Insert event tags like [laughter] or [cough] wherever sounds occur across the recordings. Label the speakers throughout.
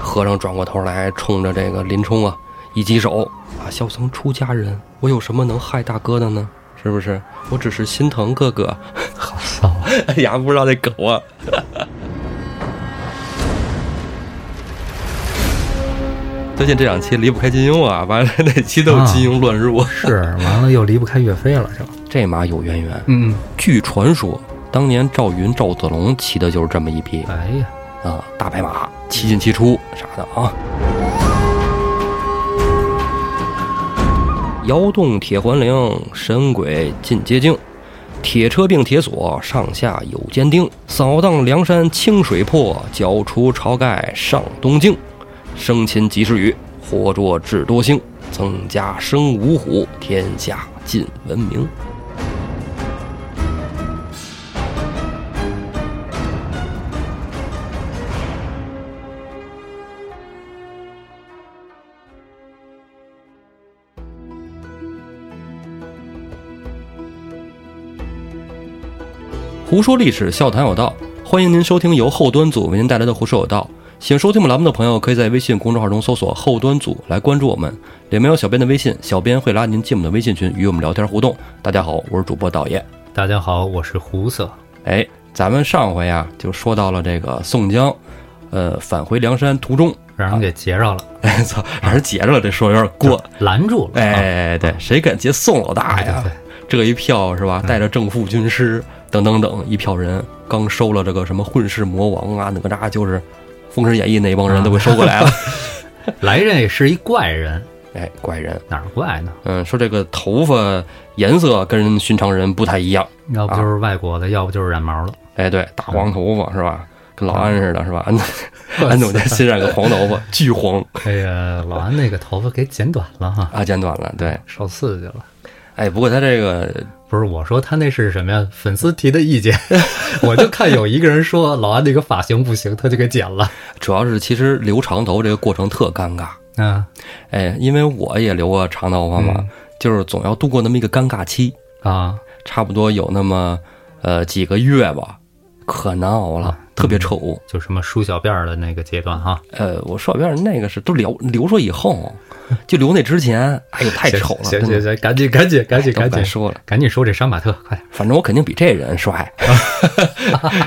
Speaker 1: 和尚转过头来，冲着这个林冲啊一击手啊，小僧出家人，我有什么能害大哥的呢？是不是？我只是心疼哥哥。 [laughs]
Speaker 2: 好骚啊！
Speaker 1: 哎呀，不知道这狗啊。 [laughs] 最近这两期离不开金庸啊，完了那期都金庸乱入。
Speaker 2: 是，完了又离不开岳飞了，就
Speaker 1: 这马有渊源。
Speaker 2: 嗯，
Speaker 1: 据传说，当年赵云、赵子龙骑的就是这么一匹
Speaker 2: 哎呀，
Speaker 1: 啊，大白马，七进七出啥的啊。窑洞铁环铃，神鬼进阶境，铁车并铁锁，上下有尖钉。扫荡梁山清水泊，剿除晁盖上东境。生擒及时雨，活捉智多星。增加生五虎，天下尽文明。胡说历史，笑谈有道。欢迎您收听由后端组为您带来的《胡说有道》。喜欢收听我们栏目的朋友，可以在微信公众号中搜索“后端组”来关注我们，里面有小编的微信，小编会拉您进我们的微信群，与我们聊天互动。大家好，我是主播导爷。
Speaker 2: 大家好，我是胡色。
Speaker 1: 哎，咱们上回啊就说到了这个宋江，呃，返回梁山途中，
Speaker 2: 让人给截着了，
Speaker 1: 哎操，让人截着了，这说有点
Speaker 2: [laughs]
Speaker 1: 过。
Speaker 2: 拦住了。啊，
Speaker 1: 哎，对，谁敢截宋老大
Speaker 2: 对
Speaker 1: 呀
Speaker 2: 对？对，
Speaker 1: 这一票是吧？带着正副军师等等等一票人，刚收了这个什么混世魔王啊、哪吒，就是《封神演义》那帮人都给收过来 [laughs] 了。
Speaker 2: 来人也是一怪人，
Speaker 1: 哎，怪人，
Speaker 2: 哪儿怪呢？
Speaker 1: 嗯，说这个头发颜色跟寻常人不太一样。
Speaker 2: 要不就是外国的，要不就是染毛的。
Speaker 1: 哎，对，大黄头发是吧？跟老安似的，是吧？安安总监新染个黄头发，嗯 [laughs] 巨黄
Speaker 2: 哎呀，老安那个头发给剪短了哈，
Speaker 1: 啊，剪短了。对，
Speaker 2: 受刺激了。
Speaker 1: 哎，不过他这个
Speaker 2: 不是我说他那是什么呀？粉丝提的意见， [laughs] 我就看有一个人说老安那个发型不行，他就给剪了。
Speaker 1: 主要是其实留长头这个过程特尴尬。
Speaker 2: 啊，
Speaker 1: 哎，因为我也留过长头发嘛，就是总要度过那么一个尴尬期。
Speaker 2: 啊，
Speaker 1: 差不多有那么呃几个月吧，可难熬了，
Speaker 2: 嗯
Speaker 1: 特别臭。
Speaker 2: 就什么梳小辫儿的那个阶段哈，
Speaker 1: 呃，我说小辫儿那个是都留留着以后，就留那之前，哎呦太
Speaker 2: 行
Speaker 1: 丑了，
Speaker 2: 行
Speaker 1: 真的哎
Speaker 2: 行行，赶紧赶紧赶紧
Speaker 1: 都
Speaker 2: 赶
Speaker 1: 不敢
Speaker 2: 紧
Speaker 1: 说了，
Speaker 2: 赶紧说这杀马特，快点
Speaker 1: 反正我肯定比这人
Speaker 2: [laughs]
Speaker 1: 帅，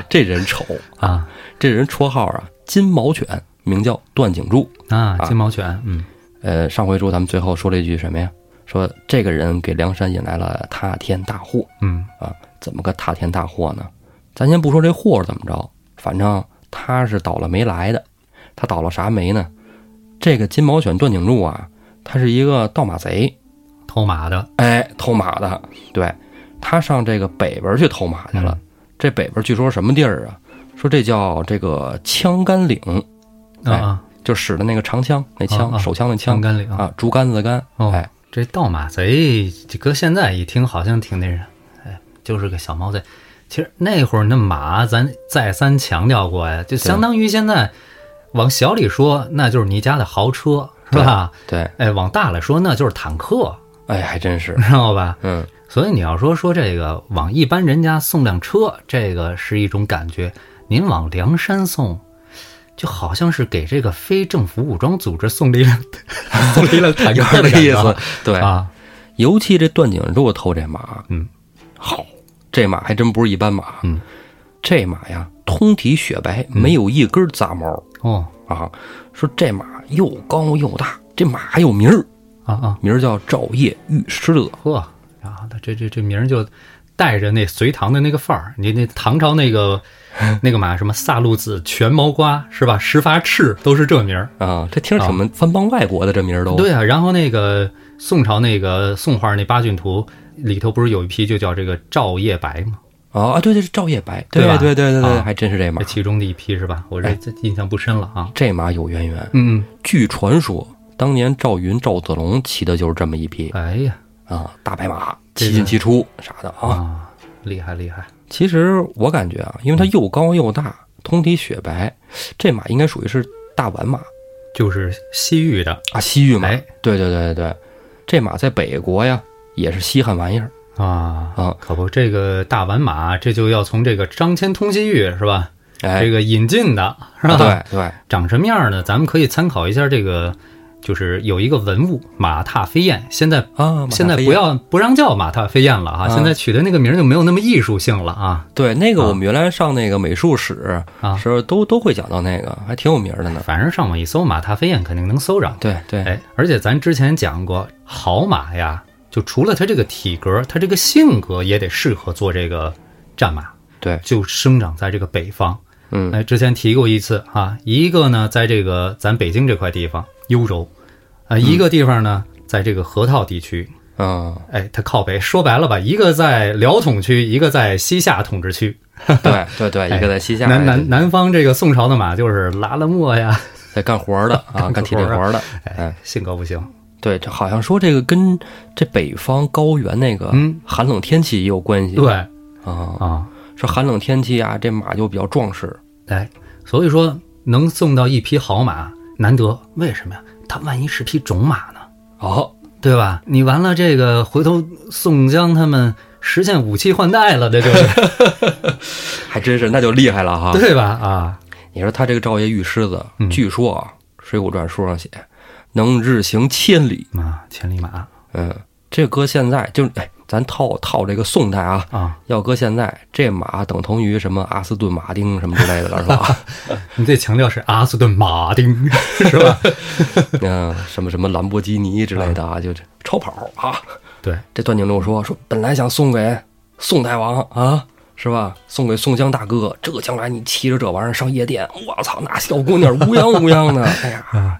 Speaker 1: 这人丑，
Speaker 2: 啊
Speaker 1: 这人绰号啊金毛犬，名叫段景柱。
Speaker 2: 啊！金毛犬，嗯，
Speaker 1: 呃，上回说咱们最后说了一句什么呀？说这个人给梁山引来了塌天大祸。
Speaker 2: 嗯
Speaker 1: 啊，怎么个塌天大祸呢？咱先不说这祸是怎么着，反正他是倒了霉来的。他倒了啥霉呢？这个金毛犬段景柱啊，他是一个盗马贼，
Speaker 2: 偷马的，
Speaker 1: 哎，偷马的。对，他上这个北边去偷马去了。
Speaker 2: 嗯
Speaker 1: 这北边据说什么地儿啊？说这叫这个枪杆岭，
Speaker 2: 啊
Speaker 1: 哎
Speaker 2: 啊，
Speaker 1: 就使的那个长枪，那枪，
Speaker 2: 啊啊
Speaker 1: 手枪那
Speaker 2: 枪
Speaker 1: 枪
Speaker 2: 杆岭。
Speaker 1: 啊，竹竿子的竿。
Speaker 2: 哦
Speaker 1: 哎，
Speaker 2: 这盗马贼，这搁现在一听好像挺那啥，哎，就是个小毛贼。其实那会儿那马，咱再三强调过呀，就相当于现在往小里说，那就是你家的豪车，是吧？
Speaker 1: 对，
Speaker 2: 哎，往大了说，那就是坦克，
Speaker 1: 哎，还真是，
Speaker 2: 知道吧？ [laughs]
Speaker 1: 嗯，
Speaker 2: 所以你要说说这个往一般人家送辆车，这个是一种感觉；您往梁山送，就好像是给这个非政府武装组织送了
Speaker 1: [laughs]
Speaker 2: 一辆送了一辆坦
Speaker 1: 有
Speaker 2: 克
Speaker 1: 点这
Speaker 2: 的感
Speaker 1: 意
Speaker 2: 觉
Speaker 1: 思。 [laughs] 对，
Speaker 2: 啊。
Speaker 1: 尤其这段景柱偷这马，
Speaker 2: 嗯，
Speaker 1: 好，这马还真不是一般马，
Speaker 2: 嗯，
Speaker 1: 这马呀，通体雪白，没有一根杂毛、
Speaker 2: 哦
Speaker 1: 啊。说这马又高又大，这马还有名儿，
Speaker 2: 啊啊，
Speaker 1: 名儿叫照夜玉狮乐。
Speaker 2: 呵，然后他这这这名儿就带着那隋唐的那个范儿，你那唐朝那个那个嘛什么萨路子、全毛瓜是吧？十发赤都是这名儿。
Speaker 1: 啊，这听着挺翻帮外国的，这名儿都
Speaker 2: 对啊，然后那个宋朝那个宋画那八骏图里头不是有一批就叫这个照夜白吗？
Speaker 1: 啊啊，对对是照夜白，
Speaker 2: 对吧
Speaker 1: 对对对对，
Speaker 2: 啊
Speaker 1: 还真是这马哎
Speaker 2: 这。其中的一批是吧？我这这印象不深了啊。
Speaker 1: 这马有渊源，
Speaker 2: 嗯，
Speaker 1: 据传说当年赵云、赵子龙骑的就是这么一匹
Speaker 2: 哎呀
Speaker 1: 啊大白马，
Speaker 2: 这
Speaker 1: 七
Speaker 2: 个
Speaker 1: 进七出啥的啊。
Speaker 2: 啊，厉害厉害，
Speaker 1: 其实我感觉啊，因为它又高又大，
Speaker 2: 嗯
Speaker 1: 通体雪白，这马应该属于是大宛马
Speaker 2: 就是西域的
Speaker 1: 啊，西域马。
Speaker 2: 哎
Speaker 1: 对对对对对，这马在北国呀也是稀罕玩意儿
Speaker 2: 啊
Speaker 1: 啊
Speaker 2: 可不，这个大宛马，这就要从这个张骞通西域是吧？
Speaker 1: 哎，啊
Speaker 2: 这个引进的，是吧？
Speaker 1: 对对，
Speaker 2: 长什么样呢？咱们可以参考一下这个，就是有一个文物马踏飞燕，现在
Speaker 1: 啊，马
Speaker 2: 现在
Speaker 1: 飞
Speaker 2: 不要不让叫马踏飞燕了啊，
Speaker 1: 啊
Speaker 2: 现在取的那个名儿就没有那么艺术性了啊。
Speaker 1: 对那个，我们原来上那个美术史
Speaker 2: 啊
Speaker 1: 时候都都会讲到那个，还挺有名儿的呢。
Speaker 2: 反正上网一搜马踏飞燕，肯定能搜着。
Speaker 1: 对对，
Speaker 2: 哎，而且咱之前讲过，好马呀，就除了它这个体格，它这个性格也得适合做这个战马，
Speaker 1: 对，
Speaker 2: 就生长在这个北方。
Speaker 1: 嗯
Speaker 2: 哎，之前提过一次啊，一个呢，在这个咱北京这块地方幽州，啊、一个地方呢，在这个河套地区，
Speaker 1: 嗯，
Speaker 2: 哎，它靠北。说白了吧，一个在辽统区，一个在西夏统治区。
Speaker 1: 对对
Speaker 2: [laughs]
Speaker 1: 对，一个在西夏，
Speaker 2: 哎南南南方这个宋朝的马就是拉拉磨呀，
Speaker 1: 在干活儿的啊，
Speaker 2: 干
Speaker 1: 干体力
Speaker 2: 活
Speaker 1: 活
Speaker 2: 儿
Speaker 1: 儿的。
Speaker 2: 哎，性格不行。
Speaker 1: 对，这好像说这个跟这北方高原那个
Speaker 2: 嗯
Speaker 1: 寒冷天气也有关系。
Speaker 2: 对
Speaker 1: 啊，
Speaker 2: 啊，
Speaker 1: 说寒冷天气啊，这马就比较壮实。
Speaker 2: 哎，所以说能送到一匹好马难得，为什么呀？它万一是匹种马呢？
Speaker 1: 哦，
Speaker 2: 对吧？你完了这个，回头宋江他们实现武器换代了，这就
Speaker 1: [laughs]
Speaker 2: 是
Speaker 1: 还真是，那就厉害了哈。
Speaker 2: 对吧？啊，
Speaker 1: 你说他这个赵晔玉狮子，
Speaker 2: 嗯
Speaker 1: 据说啊，《水浒传》书上写能日行千里。
Speaker 2: 马千里马
Speaker 1: 嗯，这搁现在就哎，咱套套这个宋代啊，
Speaker 2: 啊，
Speaker 1: 要搁现在，这马等同于什么阿斯顿马丁什么之类的了，是 [laughs] 吧？
Speaker 2: 你得强调是阿斯顿马丁 [laughs] 是吧？
Speaker 1: 嗯，什么什么兰博基尼之类的啊，就这超跑啊。
Speaker 2: 对，
Speaker 1: 这段景柱说说，本来想送给宋大王啊，是吧？送给宋江大哥，这将来你骑着这玩意儿上夜店，我操，那小姑娘乌泱乌泱
Speaker 2: [laughs]
Speaker 1: 的，哎呀！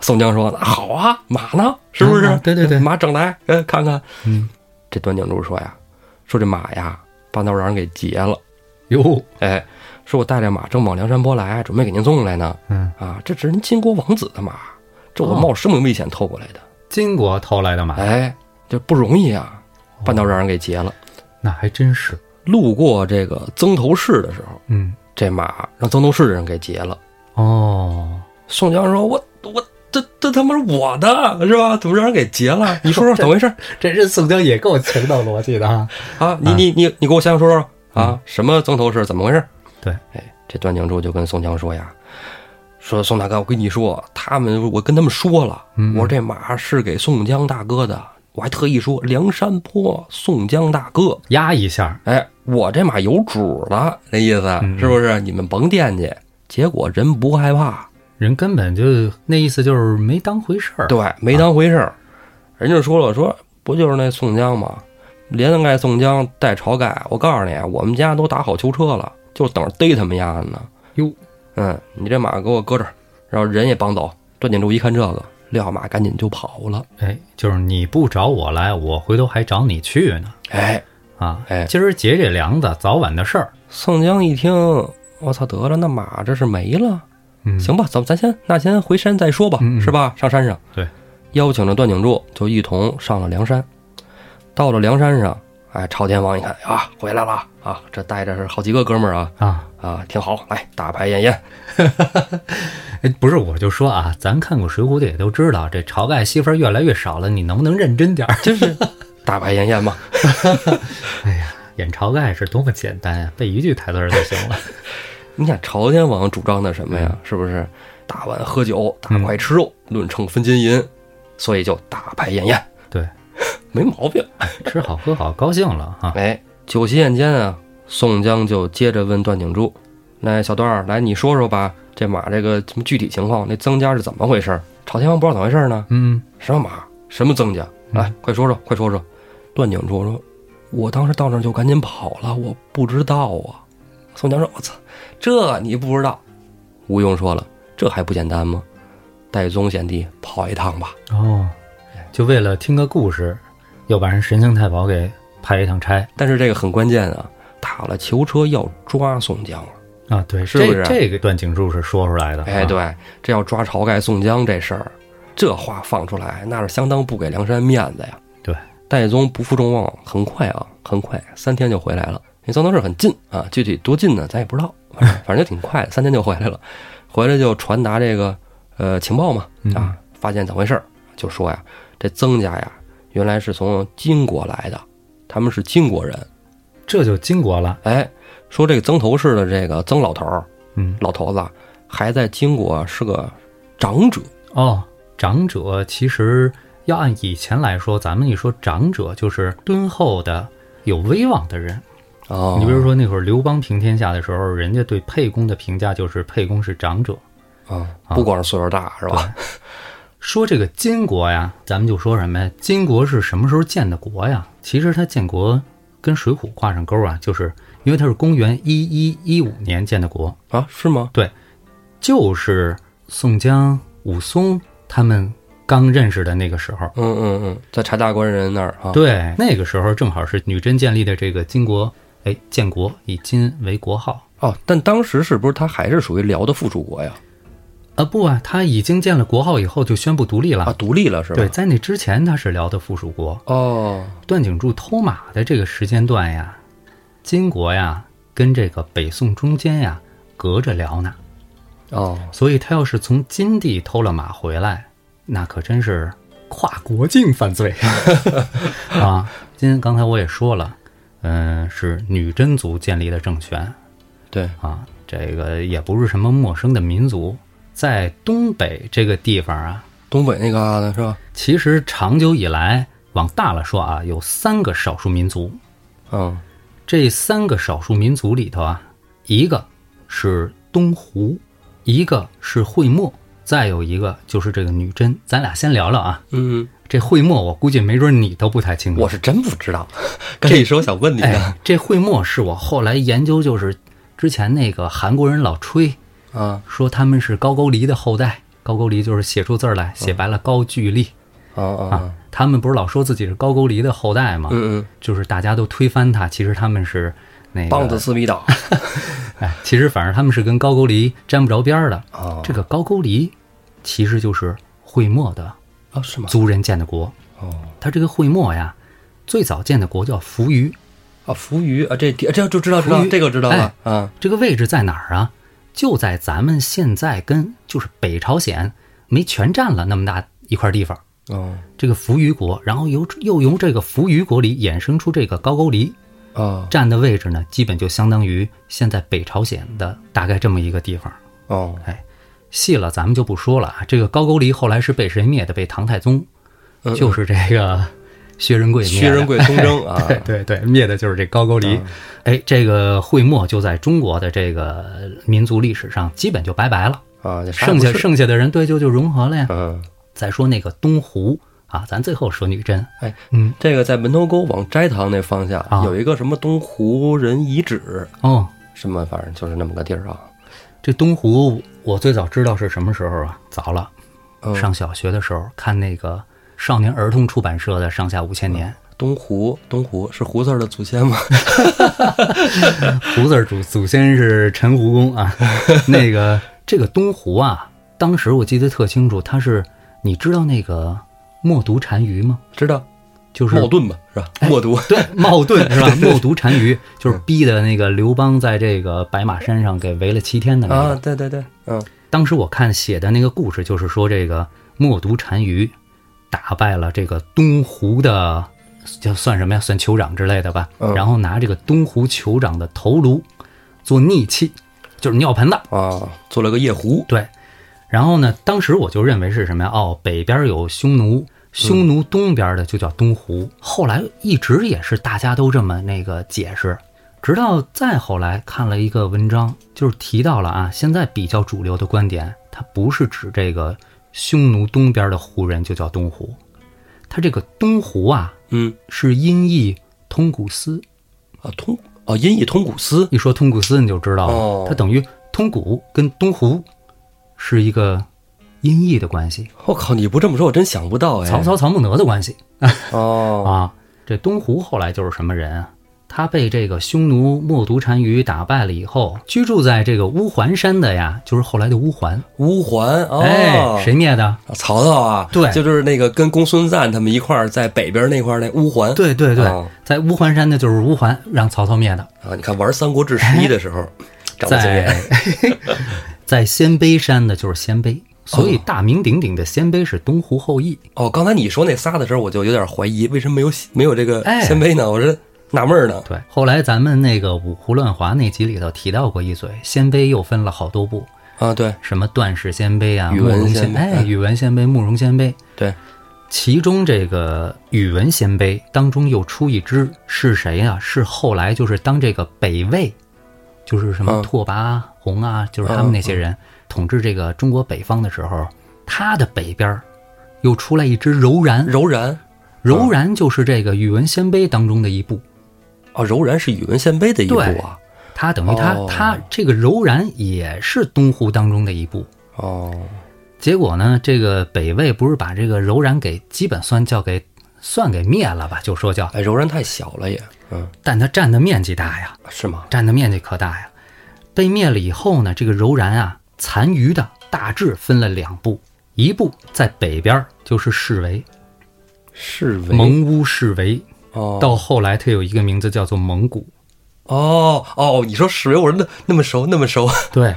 Speaker 1: 宋江说：“那好啊，马呢？是不是？
Speaker 2: 啊对对对
Speaker 1: 马整来，哎，看看。”
Speaker 2: 嗯，
Speaker 1: 这段景柱说呀：“说这马呀，半道让人给劫了。
Speaker 2: 哟，
Speaker 1: 哎，说我带着马正往梁山泊来，准备给您送来呢。
Speaker 2: 嗯
Speaker 1: 啊，这只是巾帼王子的马，这我
Speaker 2: 哦
Speaker 1: 冒生命危险偷过来的。
Speaker 2: 金国偷来的马，
Speaker 1: 哎，这不容易啊，半
Speaker 2: 哦
Speaker 1: 道让人给劫了。
Speaker 2: 那还真是，
Speaker 1: 路过这个曾头市的时候，
Speaker 2: 嗯，
Speaker 1: 这马让曾头市人给劫了。
Speaker 2: 哦，
Speaker 1: 宋江说：“我我这这他妈是我的，是吧？怎么让人给劫了？你说说怎么回事
Speaker 2: 这人宋江也够强盗逻辑的啊，
Speaker 1: 啊？你你你你给我详详说说啊，什么曾头市怎么回事？”
Speaker 2: 对，
Speaker 1: 哎，这段景柱就跟宋江说呀：“说宋大哥，我跟你说，他们我跟他们说了，
Speaker 2: 嗯
Speaker 1: 我说这马是给宋江大哥的，我还特意说梁山泊宋江大哥。”
Speaker 2: 压一下，
Speaker 1: 哎，我这马有主了，那意思
Speaker 2: 嗯
Speaker 1: 是不是？你们甭惦记。结果人不害怕，
Speaker 2: 人根本就那意思就是没当回事儿，
Speaker 1: 对，没当回事儿。人就说了，说不就是那宋江吗？连盖宋江带晁盖，我告诉你，啊我们家都打好囚车了，就等着逮他们丫的呢。
Speaker 2: 哟，
Speaker 1: 嗯，你这马给我搁这儿，然后人也绑走。段景柱一看这个，撂马赶紧就跑了。
Speaker 2: 哎，就是你不找我来，我回头还找你去呢。
Speaker 1: 哎，
Speaker 2: 啊，
Speaker 1: 哎
Speaker 2: 今儿结这梁子，早晚的事儿。
Speaker 1: 宋江一听，我操，得了，那马这是没了。
Speaker 2: 嗯
Speaker 1: 行吧，咱咱先那先回山再说吧，
Speaker 2: 嗯嗯
Speaker 1: 是吧？上山上，
Speaker 2: 对，
Speaker 1: 邀请着段景柱就一同上了梁山。到了梁山上，哎，朝天王一看啊，回来了啊，这带着是好几个哥们儿啊
Speaker 2: 啊，
Speaker 1: 啊，挺好，来打牌验烟，
Speaker 2: 哎，不是，我就说啊，咱看过《水浒》的也都知道，这晁盖戏份越来越少了，你能不能认真点儿？ [laughs]
Speaker 1: 就是 [laughs] 打牌验烟嘛。
Speaker 2: 演晁盖是多么简单呀、背一句台词儿就行 [laughs] 了。
Speaker 1: 你想朝天王主张的什么
Speaker 2: 嗯
Speaker 1: 呀？是不是大碗喝酒，大块吃肉，论秤分金银，所以就打牌验烟，
Speaker 2: 对，
Speaker 1: [laughs] 没毛病。
Speaker 2: 吃好喝好，高兴了啊。
Speaker 1: 哎，酒席宴间啊，宋江就接着问段景柱：“那小段儿，来你说说吧，这马这个什么具体情况？那曾家是怎么回事？朝天王不知道怎么回事呢？
Speaker 2: 嗯，
Speaker 1: 什么马？什么曾家？来，快说说，快说说。”段景柱说：“我当时到那儿就赶紧跑了，我不知道啊。”宋江说：“我操，这你不知道？”吴用说了：“这还不简单吗？戴宗贤弟跑一趟吧。
Speaker 2: 哦，就为了听个故事，又把人神行太保给派一趟差
Speaker 1: 但是这个很关键啊，打了囚车要抓宋江了。”
Speaker 2: 啊？对，
Speaker 1: 是不
Speaker 2: 这
Speaker 1: 是
Speaker 2: 这个段景柱是说出来的。
Speaker 1: 哎，
Speaker 2: 啊，
Speaker 1: 对，这要抓晁盖、宋江这事儿，这话放出来，那是相当不给梁山面子呀。
Speaker 2: 对，
Speaker 1: 戴宗不负众望，很快啊，很快三天就回来了。那曾头市很近啊，具体多近呢，咱也不知道，反
Speaker 2: [laughs]
Speaker 1: 正反正就挺快的，三天就回来了。回来就传达这个呃情报嘛，
Speaker 2: 嗯
Speaker 1: 啊，发现咋回事儿，就说呀，这曾家呀，原来是从金国来的，他们是金国人。
Speaker 2: 这就金国了。
Speaker 1: 哎，说这个曾头市的这个曾老头儿
Speaker 2: 嗯，
Speaker 1: 老头子还在金国是个长者，
Speaker 2: 哦，长者其实要按以前来说，咱们一说长者就是敦厚的、有威望的人。
Speaker 1: 哦，
Speaker 2: 你比如说那会儿刘邦平天下的时候，人家对沛公的评价就是沛公是长者。
Speaker 1: 啊，不光是岁数大是吧？
Speaker 2: 说这个金国呀，咱们就说什么呀？金国是什么时候建的国呀？其实它建国跟《水浒》挂上钩啊，就是因为它是公元一一一五年建的国，
Speaker 1: 啊，是吗？
Speaker 2: 就是宋江、武松他们刚认识的那个时候。
Speaker 1: 嗯嗯嗯，在柴大官人那儿啊，
Speaker 2: 对，那个时候正好是女真建立的这个金国，哎，建国以金为国号
Speaker 1: 哦，但当时是不是他还是属于辽的附属国呀？
Speaker 2: 啊，不啊，他已经建了国号以后就宣布独立了。
Speaker 1: 啊，独立了是吧？
Speaker 2: 对，，在那之前他是辽的附属国。
Speaker 1: 哦，
Speaker 2: 段景柱偷马的这个时间段呀，金国呀跟这个北宋中间呀隔着辽呢，
Speaker 1: 哦，
Speaker 2: 所以他要是从金地偷了马回来，那可真是跨国境犯罪 [laughs] 啊！金刚才我也说了，嗯、是女真族建立的政权
Speaker 1: 对，
Speaker 2: 啊，这个也不是什么陌生的民族，在东北这个地方啊，
Speaker 1: 东北那旮瘩是吧？
Speaker 2: 其实长久以来往大了说啊，有三个少数民族。
Speaker 1: 嗯，
Speaker 2: 这三个少数民族里头啊，一个是东胡，一个是会墨，再有一个就是这个女真。咱俩先聊聊啊，
Speaker 1: 嗯，
Speaker 2: 这会墨我估计没准你都不太清楚。
Speaker 1: 我是真不知
Speaker 2: [laughs]
Speaker 1: 道，跟你说想问你啊呢。
Speaker 2: 哎，这会墨是我后来研究，就是之前那个韩国人老吹
Speaker 1: 啊
Speaker 2: 说他们是高句丽的后代，高句丽就是写出字儿来，写白了高句丽、
Speaker 1: 啊啊
Speaker 2: 啊。他们不是老说自己是高句丽的后代吗？
Speaker 1: 嗯嗯，
Speaker 2: 就是大家都推翻他，其实他们是那个
Speaker 1: 棒子四米倒
Speaker 2: 哎，其实反正他们是跟高句丽沾不着边儿的。
Speaker 1: 啊
Speaker 2: 这个高句丽其实就是会墨的
Speaker 1: 啊是吗？
Speaker 2: 族人建的国。
Speaker 1: 哦
Speaker 2: 他这个会墨呀，最早建的国叫扶余，
Speaker 1: 啊，扶余啊，这地这就知道知
Speaker 2: 扶
Speaker 1: 道
Speaker 2: 余
Speaker 1: 这个知道了啊
Speaker 2: 这个位置在哪儿啊？就在咱们现在跟就是北朝鲜没全占了那么大一块地方。
Speaker 1: 哦
Speaker 2: 这个扶余国，然后由又由这个扶余国里衍生出这个高句丽，
Speaker 1: 啊
Speaker 2: 占的位置呢，基本就相当于现在北朝鲜的大概这么一个地方。
Speaker 1: 哦
Speaker 2: 细了咱们就不说了啊。这个高句丽后来是被谁灭的？被唐太宗，
Speaker 1: 嗯
Speaker 2: 就是这个薛仁贵灭的。，
Speaker 1: 薛仁贵东征啊嗯
Speaker 2: 对对对，灭的就是这高句丽。哎，这个会墨就在中国的这个民族历史上基本就拜拜了，
Speaker 1: 啊，这啥也
Speaker 2: 剩
Speaker 1: 不
Speaker 2: 下
Speaker 1: 是
Speaker 2: 剩下的人对就就融合了呀。
Speaker 1: 嗯。
Speaker 2: 再说那个东胡啊，咱最后说女真。
Speaker 1: 哎，
Speaker 2: 嗯，
Speaker 1: 这个在门头沟往斋堂那方向、
Speaker 2: 啊
Speaker 1: 有一个什么东湖人遗址，
Speaker 2: 哦，
Speaker 1: 什么反正就是那么个地儿啊。
Speaker 2: 这东胡我最早知道是什么时候啊？早了，
Speaker 1: 嗯
Speaker 2: 上小学的时候看那个少年儿童出版社的《上下五千
Speaker 1: 嗯
Speaker 2: 年》。
Speaker 1: 东湖，东湖是胡字儿的祖先吗？ [laughs]
Speaker 2: 胡字儿祖祖先是陈胡公啊。那个这个东胡啊，当时我记得特清楚，他是你知道那个默读单于吗？
Speaker 1: 知道，
Speaker 2: 就是哎
Speaker 1: 冒顿吧，是吧？默读，
Speaker 2: 对冒顿是吧？默读单于就是逼的那个刘邦在这个白马山上给围了七天的那
Speaker 1: 啊，
Speaker 2: 个。
Speaker 1: 对对对，嗯
Speaker 2: 当时我看写的那个故事，就是说这个默读单于打败了这个东胡的。就算什么呀？算酋长之类的吧。
Speaker 1: 嗯
Speaker 2: 然后拿这个东胡酋长的头颅做逆器，就是尿盆子，
Speaker 1: 啊，做了个夜壶，
Speaker 2: 对，然后呢，当时我就认为是什么呀？哦，北边有匈奴，匈奴东边的就叫东胡。后来一直也是大家都这么那个解释，直到再后来看了一个文章，就是提到了啊，现在比较主流的观点，它不是指这个匈奴东边的胡人就叫东胡，它这个东胡啊
Speaker 1: 嗯
Speaker 2: 是音译通古斯。
Speaker 1: 啊，通啊，音译通古斯，
Speaker 2: 一说通古斯你就知道了，
Speaker 1: 哦
Speaker 2: 它等于通古跟东胡是一个音译的关系，
Speaker 1: 我靠，你不这么说我真想不到哎。
Speaker 2: 曹操曹孟德的关系
Speaker 1: 哦，
Speaker 2: 啊。这东胡后来就是什么人啊？他被这个匈奴冒毒单于打败了以后，居住在这个乌桓山的呀，就是后来的乌桓。
Speaker 1: 乌桓哦，
Speaker 2: 哎，谁灭的？
Speaker 1: 啊曹操啊，
Speaker 2: 对
Speaker 1: 就是那个跟公孙瓒他们一块儿在北边那块儿那乌桓，
Speaker 2: 对对对，
Speaker 1: 哦
Speaker 2: 在乌桓山的就是乌桓，让曹操灭的。
Speaker 1: 啊，你看玩《三国志十一》的时候，长得最
Speaker 2: 哎在
Speaker 1: [laughs]
Speaker 2: 在鲜卑山的就是鲜卑，所
Speaker 1: 哦
Speaker 2: 以大名鼎鼎的鲜卑是东胡后裔。
Speaker 1: 哦，刚才你说那仨的时候，我就有点怀疑，为什么没有没有这个
Speaker 2: 哎
Speaker 1: 鲜卑呢？我说纳闷儿呢。
Speaker 2: 对，后来咱们那个五胡乱华那集里头提到过一嘴，鲜卑又分了好多部，
Speaker 1: 啊，对
Speaker 2: 什么段氏鲜卑啊，
Speaker 1: 宇
Speaker 2: 慕
Speaker 1: 文
Speaker 2: 容
Speaker 1: 鲜
Speaker 2: 鲜
Speaker 1: 卑
Speaker 2: 哎，
Speaker 1: 嗯
Speaker 2: 宇文鲜卑、慕容鲜卑，
Speaker 1: 对，
Speaker 2: 其中这个宇文鲜卑当中又出一支是谁呀、是后来就是当这个北魏，就是什么
Speaker 1: 嗯
Speaker 2: 拓跋宏啊，就是他们那些人统治这个中国北方的时候，他的北边儿又出来一支柔然，
Speaker 1: 柔然
Speaker 2: 柔然就是这个宇文鲜卑当中的一部，
Speaker 1: 啊，柔然是宇文鲜卑的一部啊。
Speaker 2: 他等于他
Speaker 1: 哦
Speaker 2: 他这个柔然也是东湖当中的一部。
Speaker 1: 哦，
Speaker 2: 结果呢，这个北魏不是把这个柔然给基本算叫给算给灭了吧？就说叫，
Speaker 1: 哎，柔然太小了也，嗯，
Speaker 2: 但他占的面积大呀，
Speaker 1: 是吗？
Speaker 2: 占的面积可大呀。被灭了以后呢，这个柔然啊，残余的大致分了两部，一部在北边儿就是市围，
Speaker 1: 是为
Speaker 2: 蒙乌市围，
Speaker 1: 哦
Speaker 2: 到后来它有一个名字叫做蒙古。
Speaker 1: 哦哦，你说是为我说那那么熟那么熟，
Speaker 2: 对，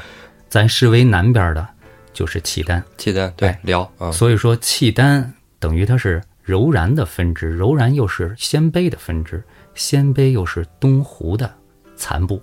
Speaker 2: 咱市围南边的就是契丹，
Speaker 1: 契丹对
Speaker 2: 哎
Speaker 1: 辽啊，
Speaker 2: 所以说契丹等于它是柔然的分支，柔然又是鲜卑的分支，鲜卑又是东胡的残部，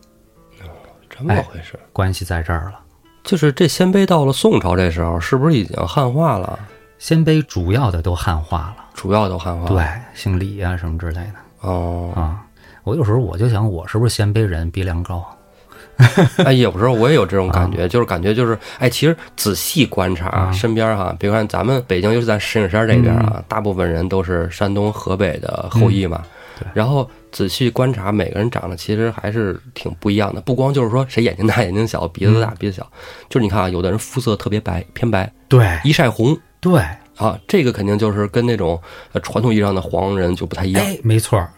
Speaker 1: 这么回事？
Speaker 2: 关系在这儿了。
Speaker 1: 就是这鲜卑到了宋朝这时候，是不是已经汉化了？
Speaker 2: 鲜卑主要的都汉化了，
Speaker 1: 主要都汉化。，
Speaker 2: 对，姓李啊什么之类的
Speaker 1: 哦，
Speaker 2: 啊。我有时候我就想，我是不是鲜卑人鼻梁高啊？
Speaker 1: 哎，有时候我也有这种感觉，就是感觉就是，哎，其实仔细观察、身边哈、别看咱们北京，尤其咱石景山这边啊，大部分人都是山东、河北的后裔嘛。
Speaker 2: 对
Speaker 1: 然后仔细观察，每个人长得其实还是挺不一样的，不光就是说谁眼睛大、眼 [laughs] 睛小，鼻子大、鼻子小，就是你看啊，有的人肤色特别白，偏白，
Speaker 2: 对
Speaker 1: 一晒红
Speaker 2: 对，
Speaker 1: 啊，这个肯定就是跟那种呃传统意义上的黄人就不太一样。
Speaker 2: 哎，没错儿，